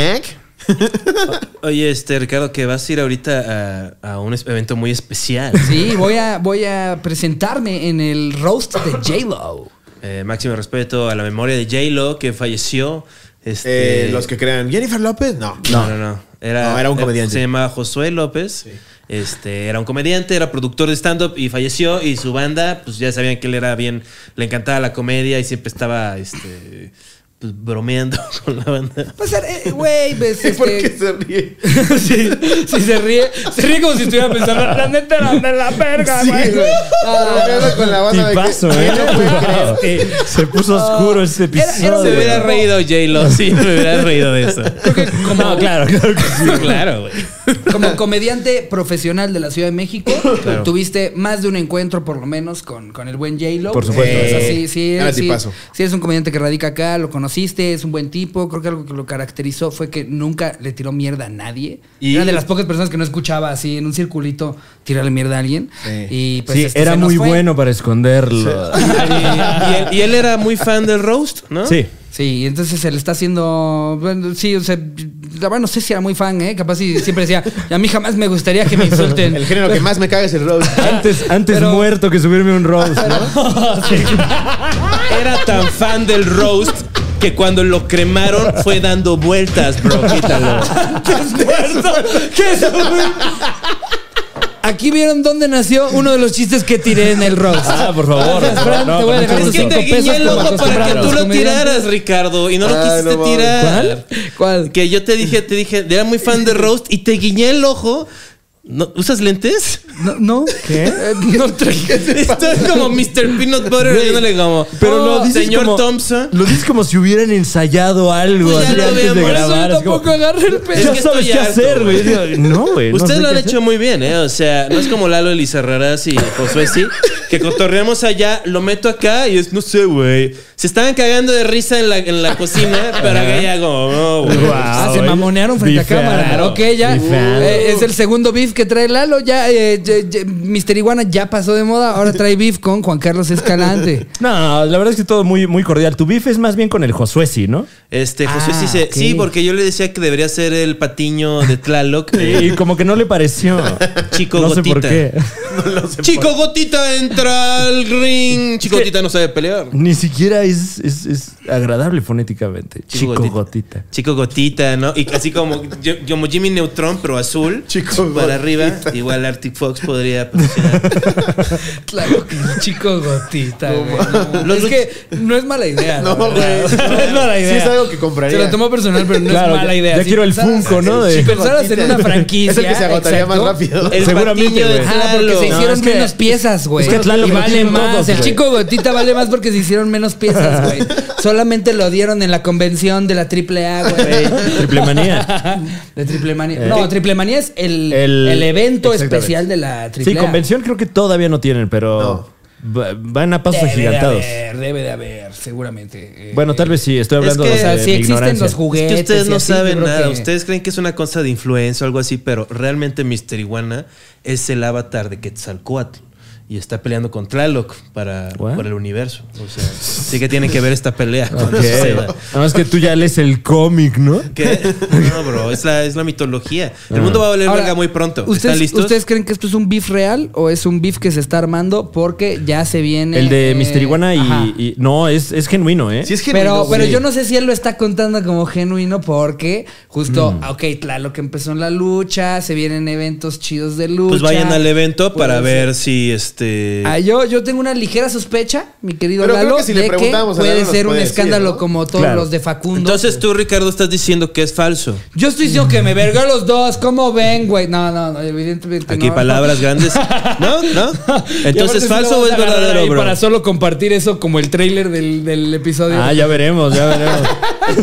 Oye, este, Ricardo, que vas a ir ahorita a, a un es- evento muy especial.
Sí, voy a, voy a presentarme en el roast de J-Lo.
Eh, máximo respeto a la memoria de J-Lo, que falleció.
Eh,
Este,
los que crean. ¿Jennifer López? No.
No, no, no. Era,
No, era un
eh,
comediante.
Se llamaba Josué López. Este, era un comediante, era productor de stand-up y falleció. Y su banda, pues ya sabían que él era bien, le encantaba la comedia y siempre estaba este, pues, bromeando con la banda.
Pues, eh, güey, ves,
¿Por
este-
qué se ríe?
sí, sí, se ríe. Se ríe como si estuviera pensando, la neta era de la verga,
Sí,
güey.
güey.
Ah,
Bromeando con la banda de que-
Tipazo, ¿eh?
Yo no puedo creer.
Wow. Se puso oscuro este
Era- era-
episodio.
Se hubiera reído J-Lo, sí, me hubiera reído de eso.
como-
No, claro, claro que sí.
Claro, güey.
Como comediante profesional de la Ciudad de México, tuviste más de un encuentro, por lo menos, con, con el buen J-Lo.
Por supuesto.
Eh, o sea, sí,
Eh,
sí,
era
eres, sí,
tipazo.
sí eres un comediante que radica acá, lo conociste, es un buen tipo. Creo que algo que lo caracterizó fue que nunca le tiró mierda a nadie.
Y-
era de las pocas personas que no escuchaba así en un circulito tirarle mierda a alguien.
Sí.
Y pues
Sí,
este,
era
se nos
muy
fue.
bueno para esconderlo.
Y, y él, y él era muy fan del roast, ¿no?
Sí.
Sí, entonces se le está haciendo. Bueno, sí, o sea, la verdad no sé si era muy fan, ¿eh? Capaz si siempre decía, a mí jamás me gustaría que me insulten.
El género que más me caga es el roast.
Antes, antes
Pero-
muerto que subirme un roast, ¿no?
Era tan fan del roast que cuando lo cremaron fue dando vueltas, bro. Quítalo.
¿Qué es eso? Aquí vieron dónde nació uno de los chistes que tiré en el roast.
Ah, por favor.
Gracias, Fran,
No,
te voy
con mucho
a dejar
Es
gusto.
que
cinco
te guiñé
pesos
el
como
ojo para que tú
acostumbrados
lo
comediantes.
tiraras, Ricardo, y no lo
Ah,
quisiste
no mames.
tirar.
¿Cuál? ¿Cuál?
Que yo te dije, te dije, era muy fan de Roast y te guiñé el ojo. ¿No- ¿Usas lentes?
No, no. ¿Qué? Eh, no traje.
Estás como Mr. Peanut Butter oyéndole como.
Pero lo
"Oh,
dices
Señor
como,
Thompson.
Lo dices como si hubieran ensayado algo
Pues ya
así
lo
antes de
vemos,
Por eso
grabar.
yo
es como,
tampoco agarré el
Es
pedo.
ya
que
sabes
estoy
qué
harto,
hacer, güey. Yo digo, No, güey. Eh, no
Ustedes
sé
lo han
qué
hecho muy bien, ¿eh? O sea, no es como Lalo Elizarrarás y Josué, sí. Que cotorreamos allá, lo meto acá y es, no sé, güey. Se estaban cagando de risa en la, en la cocina, pero acá ya como, no, güey.
Wow,
Ah, se
eh.
mamonearon frente
Bifeando,
a cámara. Ok, ya.
bifeando.
Eh, es el segundo beef que trae Lalo. Ya, eh, ye- ye- Mr. Iguana ya pasó de moda. Ahora trae beef con Juan Carlos Escalante.
No, la verdad es que todo muy, muy cordial. Tu bife es más bien con el Josué, sí, ¿no?
Este, Josué
Ah,
sí se-
ok.
Sí, porque yo le decía que debería ser el patiño de Tlaloc.
Y como que no le pareció.
Chico
no sé
gotita.
por qué.
Chico Gotita entra al ring. Chico Gotita no sabe pelear.
Ni siquiera es, es- es agradable fonéticamente. Chico, gotita.
Chico Gotita, ¿no? Y así como, yo- como Jimmy Neutron, pero azul.
Chico
para
Gotita.
arriba. Igual Arctic Fox podría patrocinar.
Claro que el chico gotita, güey. No,
Los
es
luch-
que no es mala idea.
No,
la
güey.
verdad. No es mala idea.
Sí, es algo que compraría.
Se lo tomó personal, pero no
Claro,
es mala
ya-
idea.
ya quiero el
pensaras-
Funko, ¿no? De-
Si pensaras en una franquicia.
Es el que se agotaría
exacto.
más rápido.
El
Seguramente,
patiño de
güey.
Ah, porque
Tlaloc.
se hicieron
es que-
menos piezas, güey.
es que Tlaloc
y
lo
vale
tienen
más.
todos,
el
güey.
chico gotita vale más porque se hicieron menos piezas, güey. Solamente lo dieron en la convención de la AAA, güey.
Triple manía.
De Triple Manía.
Eh.
No, Triple Manía es el,
El-
el, evento
Exactamente.
especial de la AAA.
Sí, convención creo que todavía no tienen, pero va- van a pasos
Debe
agigantados.
de haber, debe de haber, seguramente. Eh,
Bueno, tal vez sí, estoy
Es
hablando
que,
O
de,
sea,
de
si
mi
existen
ignorancia.
los
Es
juguetes.
que ustedes
y
no
así,
saben
yo creo
nada.
que-
Ustedes creen que es una cosa de influencia o algo así, pero realmente Mr. Iguana es el avatar de Quetzalcoatl. Y está peleando con Tlaloc para,
What?
para el universo. O sea, sí que tienen que ver esta pelea. cuando
Ok.
suceda.
Nada más que tú ya lees el cómic, ¿no?
¿Qué? No, bro, es la, es la mitología. El mundo va a volver
Ahora,
verga muy pronto.
¿ustedes,
¿Están listos?
¿Ustedes creen que esto es un beef real o es un beef que se está armando porque ya se viene.
El de
eh,
Mister Iguana y,
ajá.
y- No, es, es genuino, ¿eh?
Sí, es genuino,
Pero,
güey.
pero yo no sé si él lo está contando como genuino porque justo,
Mm.
ok, claro que empezó en la lucha, se vienen eventos chidos de lucha.
Pues
Pues vayan al evento para
Pues,
ver si este este.
Ah, yo, yo tengo una ligera sospecha, mi querido
Pero creo
Lalo,
que si le
de que
preguntamos a Lalo
puede
nos
ser un
puede decir,
escándalo
¿no?
como todos
Claro.
los de Facundo.
Entonces tú, Ricardo, estás diciendo que es falso.
Yo estoy diciendo que me verga los dos. ¿Cómo ven, güey? No, no, no, evidentemente
Aquí
no.
palabras grandes. ¿No? ¿No?
Y aparte
Entonces,
sí
¿falso
lo
o
vamos
es
a agarrar
verdadero,
ahí
bro?
Para solo compartir eso como el tráiler del, del episodio.
Ah, ya veremos, ya veremos.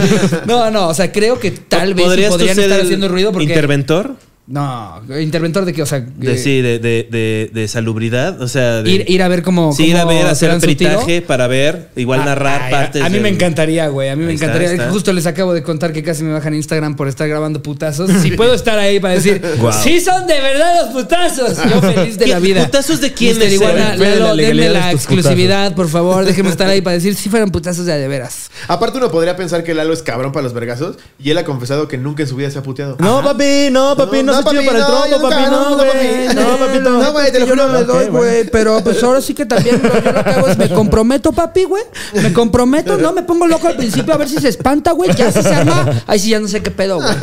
No, no, o sea, creo que tal vez sí
¿Podrías tú
podrían
ser
estar
el
haciendo ruido porque...
Interventor.
no, interventor de qué, o sea...
De,
que-
sí, de, de, de, de salubridad. O sea, de,
Ir, ir a ver cómo...
sí, ir a
cómo
ver, hacer
serán su tiro. Ah,
peritaje para ver, igual narrar
Ay, a-
partes.
A mí me
del-
encantaría, güey. A mí me
Ahí está,
encantaría.
ahí está.
Justo les acabo de contar que casi me bajan Instagram por estar grabando putazos. Si puedo estar ahí para decir, sí son de verdad los putazos. Yo feliz de la
¿Qué-
vida.
¿Putazos de quién,
Mister
ese,
Iguana,
güey?
Ve la
Lalo, denme
legalidad de
la
estos
exclusividad, por favor. Déjenme estar ahí para decir si fueran putazos de a de veras.
Aparte, uno podría pensar que Lalo es cabrón para los vergazos y él ha confesado que nunca en su vida se ha puteado.
No, papi, no, papi, no, se
papi,
tira para el
no, yo
trompo,
nunca,
papi,
no,
no,
no,
güey.
papi.
No, papito.
No, güey, te lo juro.
me doy,
Ok,
güey, pero pues ahora sí que también bro, yo lo que hago es me comprometo, papi, güey. Me comprometo, no me pongo loco al principio a ver si se espanta, güey. Ya si se arma, ahí sí ya no sé qué pedo, güey.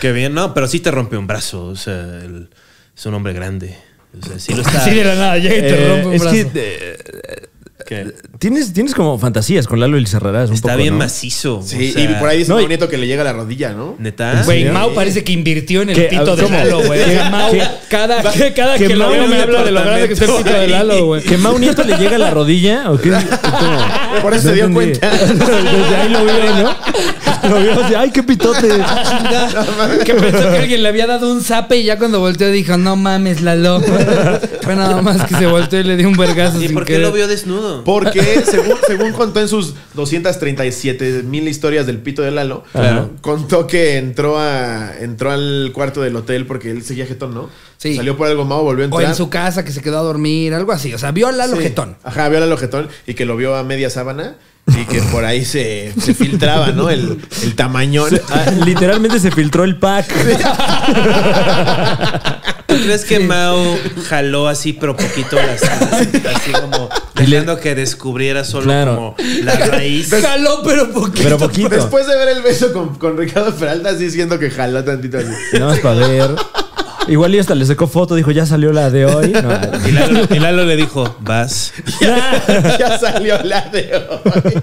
Qué bien, no, pero sí te rompe un brazo. O sea, él es un hombre grande. O sea, sí lo está.
la nada, llega
Eh, es que eh,
¿Qué?
tienes, tienes como fantasías con Lalo y Lizarrarás un
Está
poco,
bien
¿no?
macizo.
Sí,
o sea,
y por ahí dice
no, y-
Mau Nieto que le llega a la rodilla, ¿no?
Neta.
Güey,
Sí.
Mau parece que invirtió en el
¿Qué?
pito de
¿Cómo?
Lalo, güey.
¿Qué?
Mau,
¿Qué?
cada que, cada
que
que lo
Mau
veo
en
me
un
habla de lo grande que está el pito de Lalo, güey.
¿Que Mau Nieto le llega a la rodilla? ¿O qué?
Por eso se dio cuenta.
Desde ahí lo vio, ¿no? Lo vio así, ay, qué pitote.
Que pensó que alguien le había dado un zape y ya cuando volteó dijo, no mames, Lalo. Fue nada más que se volteó y le dio un vergazo
¿Y
sin
por qué
querer.
lo vio desnudo?
Porque según, según contó en sus 237 mil historias del pito de Lalo,
Claro.
contó que entró a entró al cuarto del hotel porque él seguía jetón, ¿no?
Sí.
Salió por algo Mau, volvió a
O
entrar.
en su casa que se quedó a dormir, algo así. O sea, vio a Lalo
Sí.
jetón.
Ajá, vio a Lalo jetón y que lo vio a media sábana y que por ahí se, se filtraba, ¿no? El, el tamañón.
Ah, Literalmente se filtró el pack.
¿Tú crees que Mao jaló así, pero poquito las Así como dejando que descubriera solo
Claro.
como la raíz.
Jaló, pero poquito.
Pero poquito.
Después de ver el beso con, con Ricardo Peralta, así siento que jaló tantito así.
Nada más para ver. Igual y hasta le sacó foto, dijo, ya salió la de hoy. No.
Y Lalo, y Lalo le dijo, vas.
ya salió la de hoy.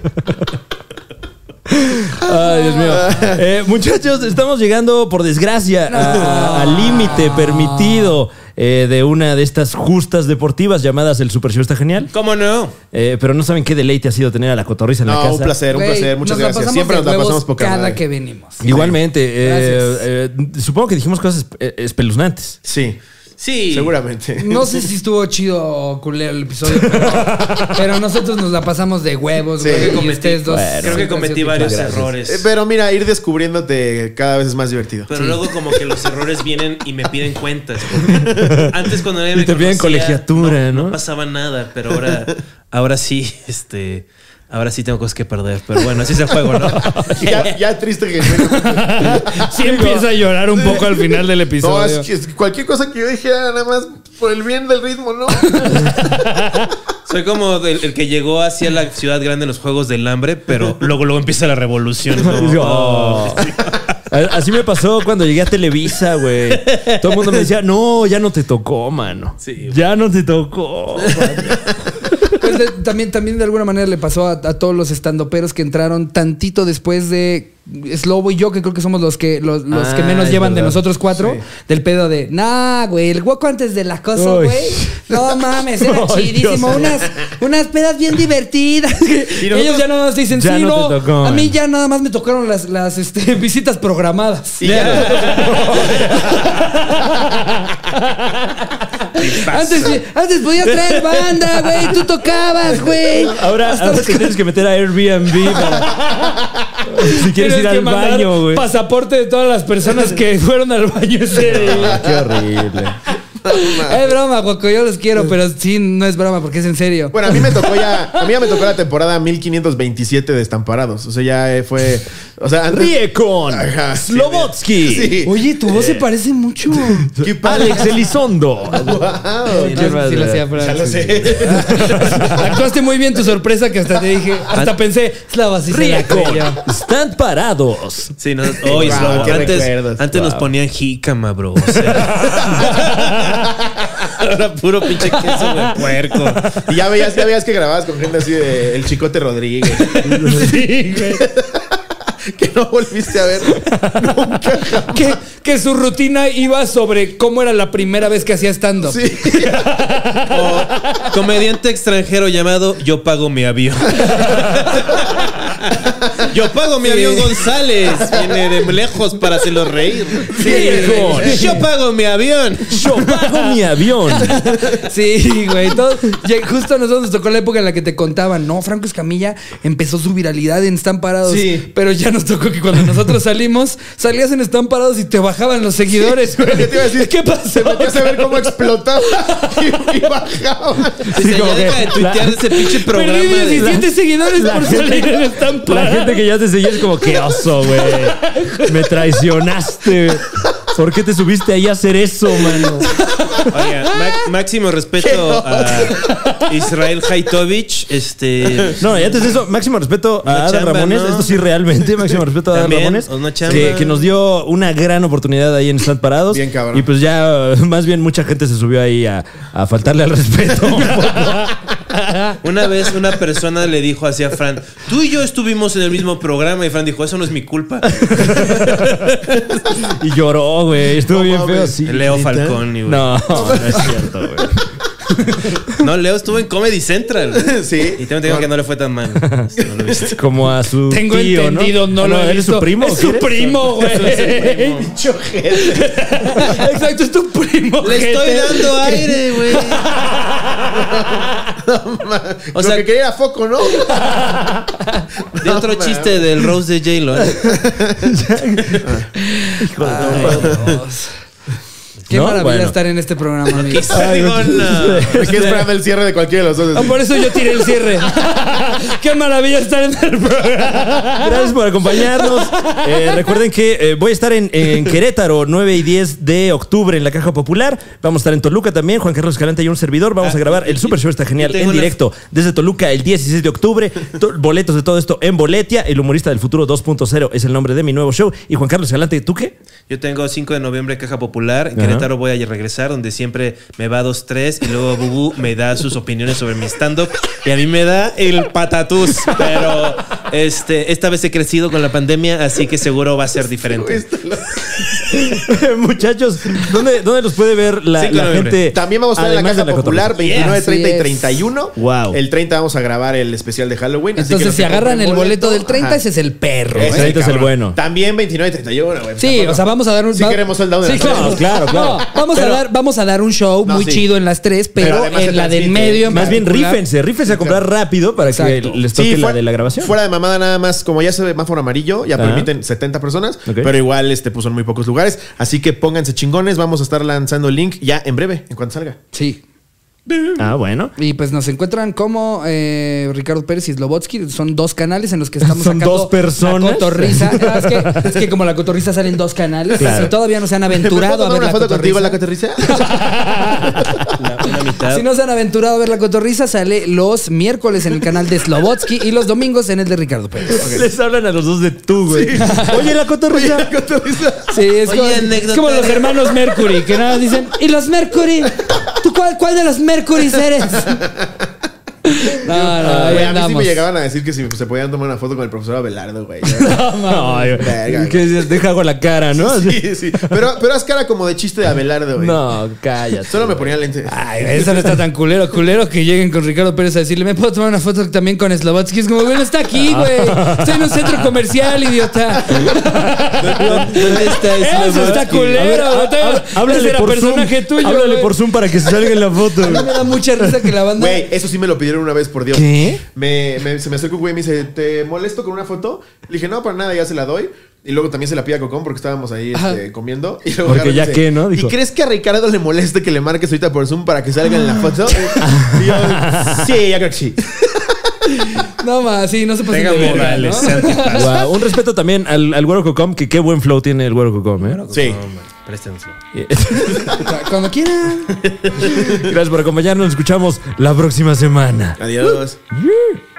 Ay, Dios mío. Eh, muchachos, estamos llegando, por desgracia, a- a- al límite permitido eh, de una de estas justas deportivas llamadas el Super Show. Está genial.
¿Cómo no?
Eh, pero no saben qué deleite ha sido tener a la cotorriza en la
No,
casa.
un placer, eh, un
Güey,
placer.
nos
Muchas
la
gracias.
pasamos
Siempre
de
nos la
huevos
pasamos poca
Cada
madre.
que venimos.
Igualmente,
Gracias.
eh, eh, supongo que dijimos cosas eh, espeluznantes.
Sí,
Sí.
seguramente. Eh,
No sé si estuvo chido o culero el episodio, pero, pero nosotros nos la pasamos de huevos,
Sí.
güey.
Creo que
y
cometí-
ustedes dos
bueno,
Creo
siempre
que
han
cometí
sido
varios
pitones.
Eh,
errores.
Pero mira, ir descubriéndote cada vez es más divertido.
Pero luego como que los errores vienen y me piden cuentas. porque Antes cuando nadie
Y
me
te piden
conocía,
colegiatura, ¿no?
No pasaba nada, pero ahora, ahora sí, este, ahora sí tengo cosas que perder. Pero bueno, así es el juego, ¿no?
Ya, ya triste que.
Sí empieza a llorar un poco al final del
No,
episodio.
es que es que cualquier cosa que yo dijera, nada más por el bien del ritmo, ¿no?
Soy como el, el que llegó hacia la ciudad grande en los Juegos del Hambre, pero luego, luego empieza la revolución. ¿no?
Digo,
Oh.
"Oh". A- Así me pasó cuando llegué a Televisa, güey. Todo el mundo me decía, no, ya no te tocó, mano.
Sí.
Ya no te tocó.
Pues de- también, también de alguna manera le pasó a, a todos los estandoperos que entraron tantito después de Slobo y yo, que creo que somos los que los, los que
Ah,
menos
es
llevan de
verdad.
nosotros cuatro,
Sí.
del pedo de, nah, güey, el hueco antes de la cosa,
Uy.
güey. No mames, era
Ay,
chidísimo.
Dios.
Unas, unas pedas bien divertidas. Ellos ya nada más dicen,
Ya
sí,
no
no.
te tocó,
a mí
man".
ya nada más me tocaron las, las este, visitas programadas.
Y
Antes, antes podía traer banda, güey. Tú tocabas, güey.
Ahora,
Hasta
ahora
las-
te tienes que meter a Airbnb para- si quieres ir
que
al
mandar
baño, güey.
Pasaporte de todas las personas que fueron al baño ese día.
Ah, Qué horrible.
Es broma, Guaco, yo los quiero, pero sí, no es broma porque es en serio.
Bueno, a mí me tocó ya. A mí ya me tocó la temporada 1527 de Estamparados. O sea, ya eh, fue. O sea, antes-
Ríe con
Ajá, sí,
Slobotsky.
Sí.
Oye, tu voz se parece mucho.
¿Qué padre.
Alex Elizondo.
Wow.
¿Qué
No, es que
más,
sí lo
eh?
hacía, pero-
Ya lo sé.
Actuaste muy bien tu sorpresa que hasta te dije, hasta pensé, Slava pues sí se la
Ríe
creyó".
con. Están parados.
Sí, no, hoy
Wow,
Slobo.
qué
Antes,
recuerdos.
antes nos
Wow.
ponían jícama, bro. o sea. Ahora puro pinche queso de puerco.
Y ya veías, ya veías que grababas con gente así de El Chicote Rodríguez.
Sí, güey.
que no volviste a ver nunca jamás.
Que, que su rutina iba sobre cómo era la primera vez que hacía stand-up.
Sí.
O comediante extranjero llamado Yo pago mi avión. Yo pago mi avión González. Viene de lejos para hacerlo reír.
hijo.
Yo pago mi avión.
Yo pago mi avión.
Sí, güey. todo- ya- justo a nosotros nos tocó la época en la que te contaban, no, Franco Escamilla empezó su viralidad en Están Parados.
Sí.
Pero ya nos tocó que cuando nosotros salimos, salías en Están Parados y te bajaban los seguidores, güey.
Yo te iba a decir,
¿Qué pasó?
Se metió a saber cómo explotaba y, y bajaba.
Dice,
como
ya
que
deja de
la-
tuitear ese pinche programa.
Perdí
de-
17 seguidores
la
por
gente-
salir en Están
La
Parados.
gente que ya te seguía es como, qué oso, güey. Me traicionaste. ¿Por qué te subiste ahí a hacer eso, mano?
Oiga, ma- máximo respeto a Israel Haitovich. Este.
No, ya antes de eso, máximo respeto a
Una
Adal
chamba,
Ramones.
¿no?
Esto sí, realmente, máximo respeto a Adal
También,
Ramones.
una chamba.
Que, que nos dio una gran oportunidad ahí en Stand Parados.
Bien, cabrón.
Y pues ya, más bien, mucha gente se subió ahí a, a faltarle al respeto.
Una vez una persona le dijo así a Fran, tú y yo estuvimos en el mismo programa y Fran dijo, eso no es mi culpa.
y lloró, güey. Estuvo bien feo. Sí,
Leo
neta.
Falcón. y güey.
No, no es cierto, güey.
No, Leo estuvo en Comedy Central.
Sí.
Y también te digo que no le fue tan mal. No lo viste.
Como a su
Tengo
tío, ¿no?
entendido, no,
Ah,
lo he
¿Eres
visto.
su primo?
Es
o
su
qué?
primo, güey. Exacto, es tu primo.
Le estoy
gente.
dando aire, güey.
O
O
sea,
sea-
que quería era foco, ¿no?
De otro
No,
chiste del Rose de J-Lo. ¿eh?
Qué
No,
maravilla
Ah, bueno.
estar en este programa, amigo.
Digo, no.
Me quedé esperando el cierre de cualquiera de los dos.
Ah, por eso yo tiré el cierre. Qué maravilla estar en el programa.
Gracias por acompañarnos. Eh, recuerden que eh, voy a estar en, en Querétaro 9 y 10 de octubre en la Caja Popular. Vamos a estar en Toluca también. Juan Carlos Escalante y un servidor.
Ah,
Vamos a grabar el Super Show está genial
tengo
en
una-
directo desde Toluca el 16 de octubre. To- Boletos de todo esto en Boletia. El humorista del futuro 2.0 es el nombre de mi nuevo show. Y Juan Carlos Escalante, ¿tú qué?
Yo tengo 5 de noviembre Caja Popular. En
Ajá.
Querétaro voy a regresar, donde siempre me va 2-3 y luego Bubu me da sus opiniones sobre mi stand-up. Y a mí me da el patatús. Pero este, esta vez he crecido con la pandemia, así que seguro va a ser diferente.
Muchachos, ¿dónde, ¿dónde los puede ver la,
Cinco
la
de noviembre.
gente?
Ah, También vamos a estar en la
además
Caja
de
Popular
Cotorrisa?
29,
Así
30 y
es.
31.
Wow.
El 30 vamos a grabar el especial de Halloween. así que
Entonces,
los
si
que
agarran
compren
el boleto del 30,
ajá.
ese es el perro.
Ese
¿eh?
es el
cabrón.
bueno.
También 29 y 31, güey.
Sí,
Tampoco.
o sea, vamos a dar un
Sí
va-
queremos sold out de
Sí,
las
claro,
tres.
claro, claro.
No, vamos a
Pero-
dar vamos a dar un show
No,
muy
sí.
chido en las tres, pero,
Pero además se
en la del
transmite.
medio en
Más bien,
particular-
rífense, rífense a comprar rápido para
Exacto.
que les toque
Sí,
la
fuera-
de la grabación.
Fuera de mamada nada más, como ya se ve semáforo amarillo, ya
Ajá.
permiten 70 personas,
Ok.
pero igual este puso en muy pocos lugares, así que pónganse chingones, vamos a estar lanzando el link ya en breve, en cuanto salga.
Sí.
Ah, bueno.
Y pues nos encuentran como eh, Ricardo Pérez y Slobotsky. Son dos canales en los que estamos
Son
sacando
dos personas.
La cotorriza. Ah, es, que, es que como la cotorriza sale en dos canales,
Claro.
si todavía no se han
¿Me puedo
aventurado a
tomar
ver
una
la
foto contigo
cotorriza.
en la caterriza?
La, una mitad.
Si no se han aventurado a ver la cotorriza, sale los miércoles en el canal de Slobotsky y los domingos en el de Ricardo Pérez.
Les hablan a los dos de tú, güey. Oye, la cotorrisa.
Sí, es,
Oye,
como,
anécdota.
es como los hermanos Mercury, que nada más dicen, ¿y los Mercury? ¿Tú cuál, cuál de los Mercury eres? No, no, ahí
Güey, a mí sí
andamos.
me llegaban a decir que si se podían tomar una foto con el profesor Abelardo, güey.
Ay, güey.
Verga, güey.
¿Qué dices? Deja con la cara, ¿no?
Sí, sí. Pero, pero haz cara como de chiste de Abelardo, güey.
No, cállate.
Solo me ponía lentes.
Ay, eso no está tan culero. Culero que lleguen con Ricardo Pérez a decirle, ¿me puedo tomar una foto también con Slobotsky? Es como, bueno, está aquí, güey. Estoy en un centro comercial, idiota.
¿Dónde está
Eso
A
Slobotsky?
está
ver,
culero.
há-
güey.
há- háblale
Ese era
por
personaje
Zoom.
tuyo,
háblale
güey.
por Zoom para que se salga en la foto.
A mí me
güey.
da mucha risa que la banda...
Güey, eso sí me lo pidieron una vez, por Dios.
¿Qué?
Me, me- se me acercó un güey y me dice, ¿te molesto con una foto? Le dije, no, para nada, ya se la doy. Y luego también se la pide a Cocón porque estábamos ahí este,
Ajá.
comiendo. Y luego
Porque
agarra y
ya
dice,
qué, ¿no? Dijo.
¿Y crees que a Ricardo le moleste que le marques ahorita por Zoom para que salga en la foto? y yo, sí, ya creo que sí.
No, más, sí, no se pasen
Tengan
de verga,
morales,
¿no?
sean tipazo.
Guau, un respeto también al, al Güero Cocom, que qué buen flow tiene el Güero Cocom, ¿eh?
Sí.
No, man, préstenselo.
Cuando quieran.
Gracias por acompañarnos. Nos escuchamos la próxima semana.
Adiós.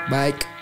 Bye.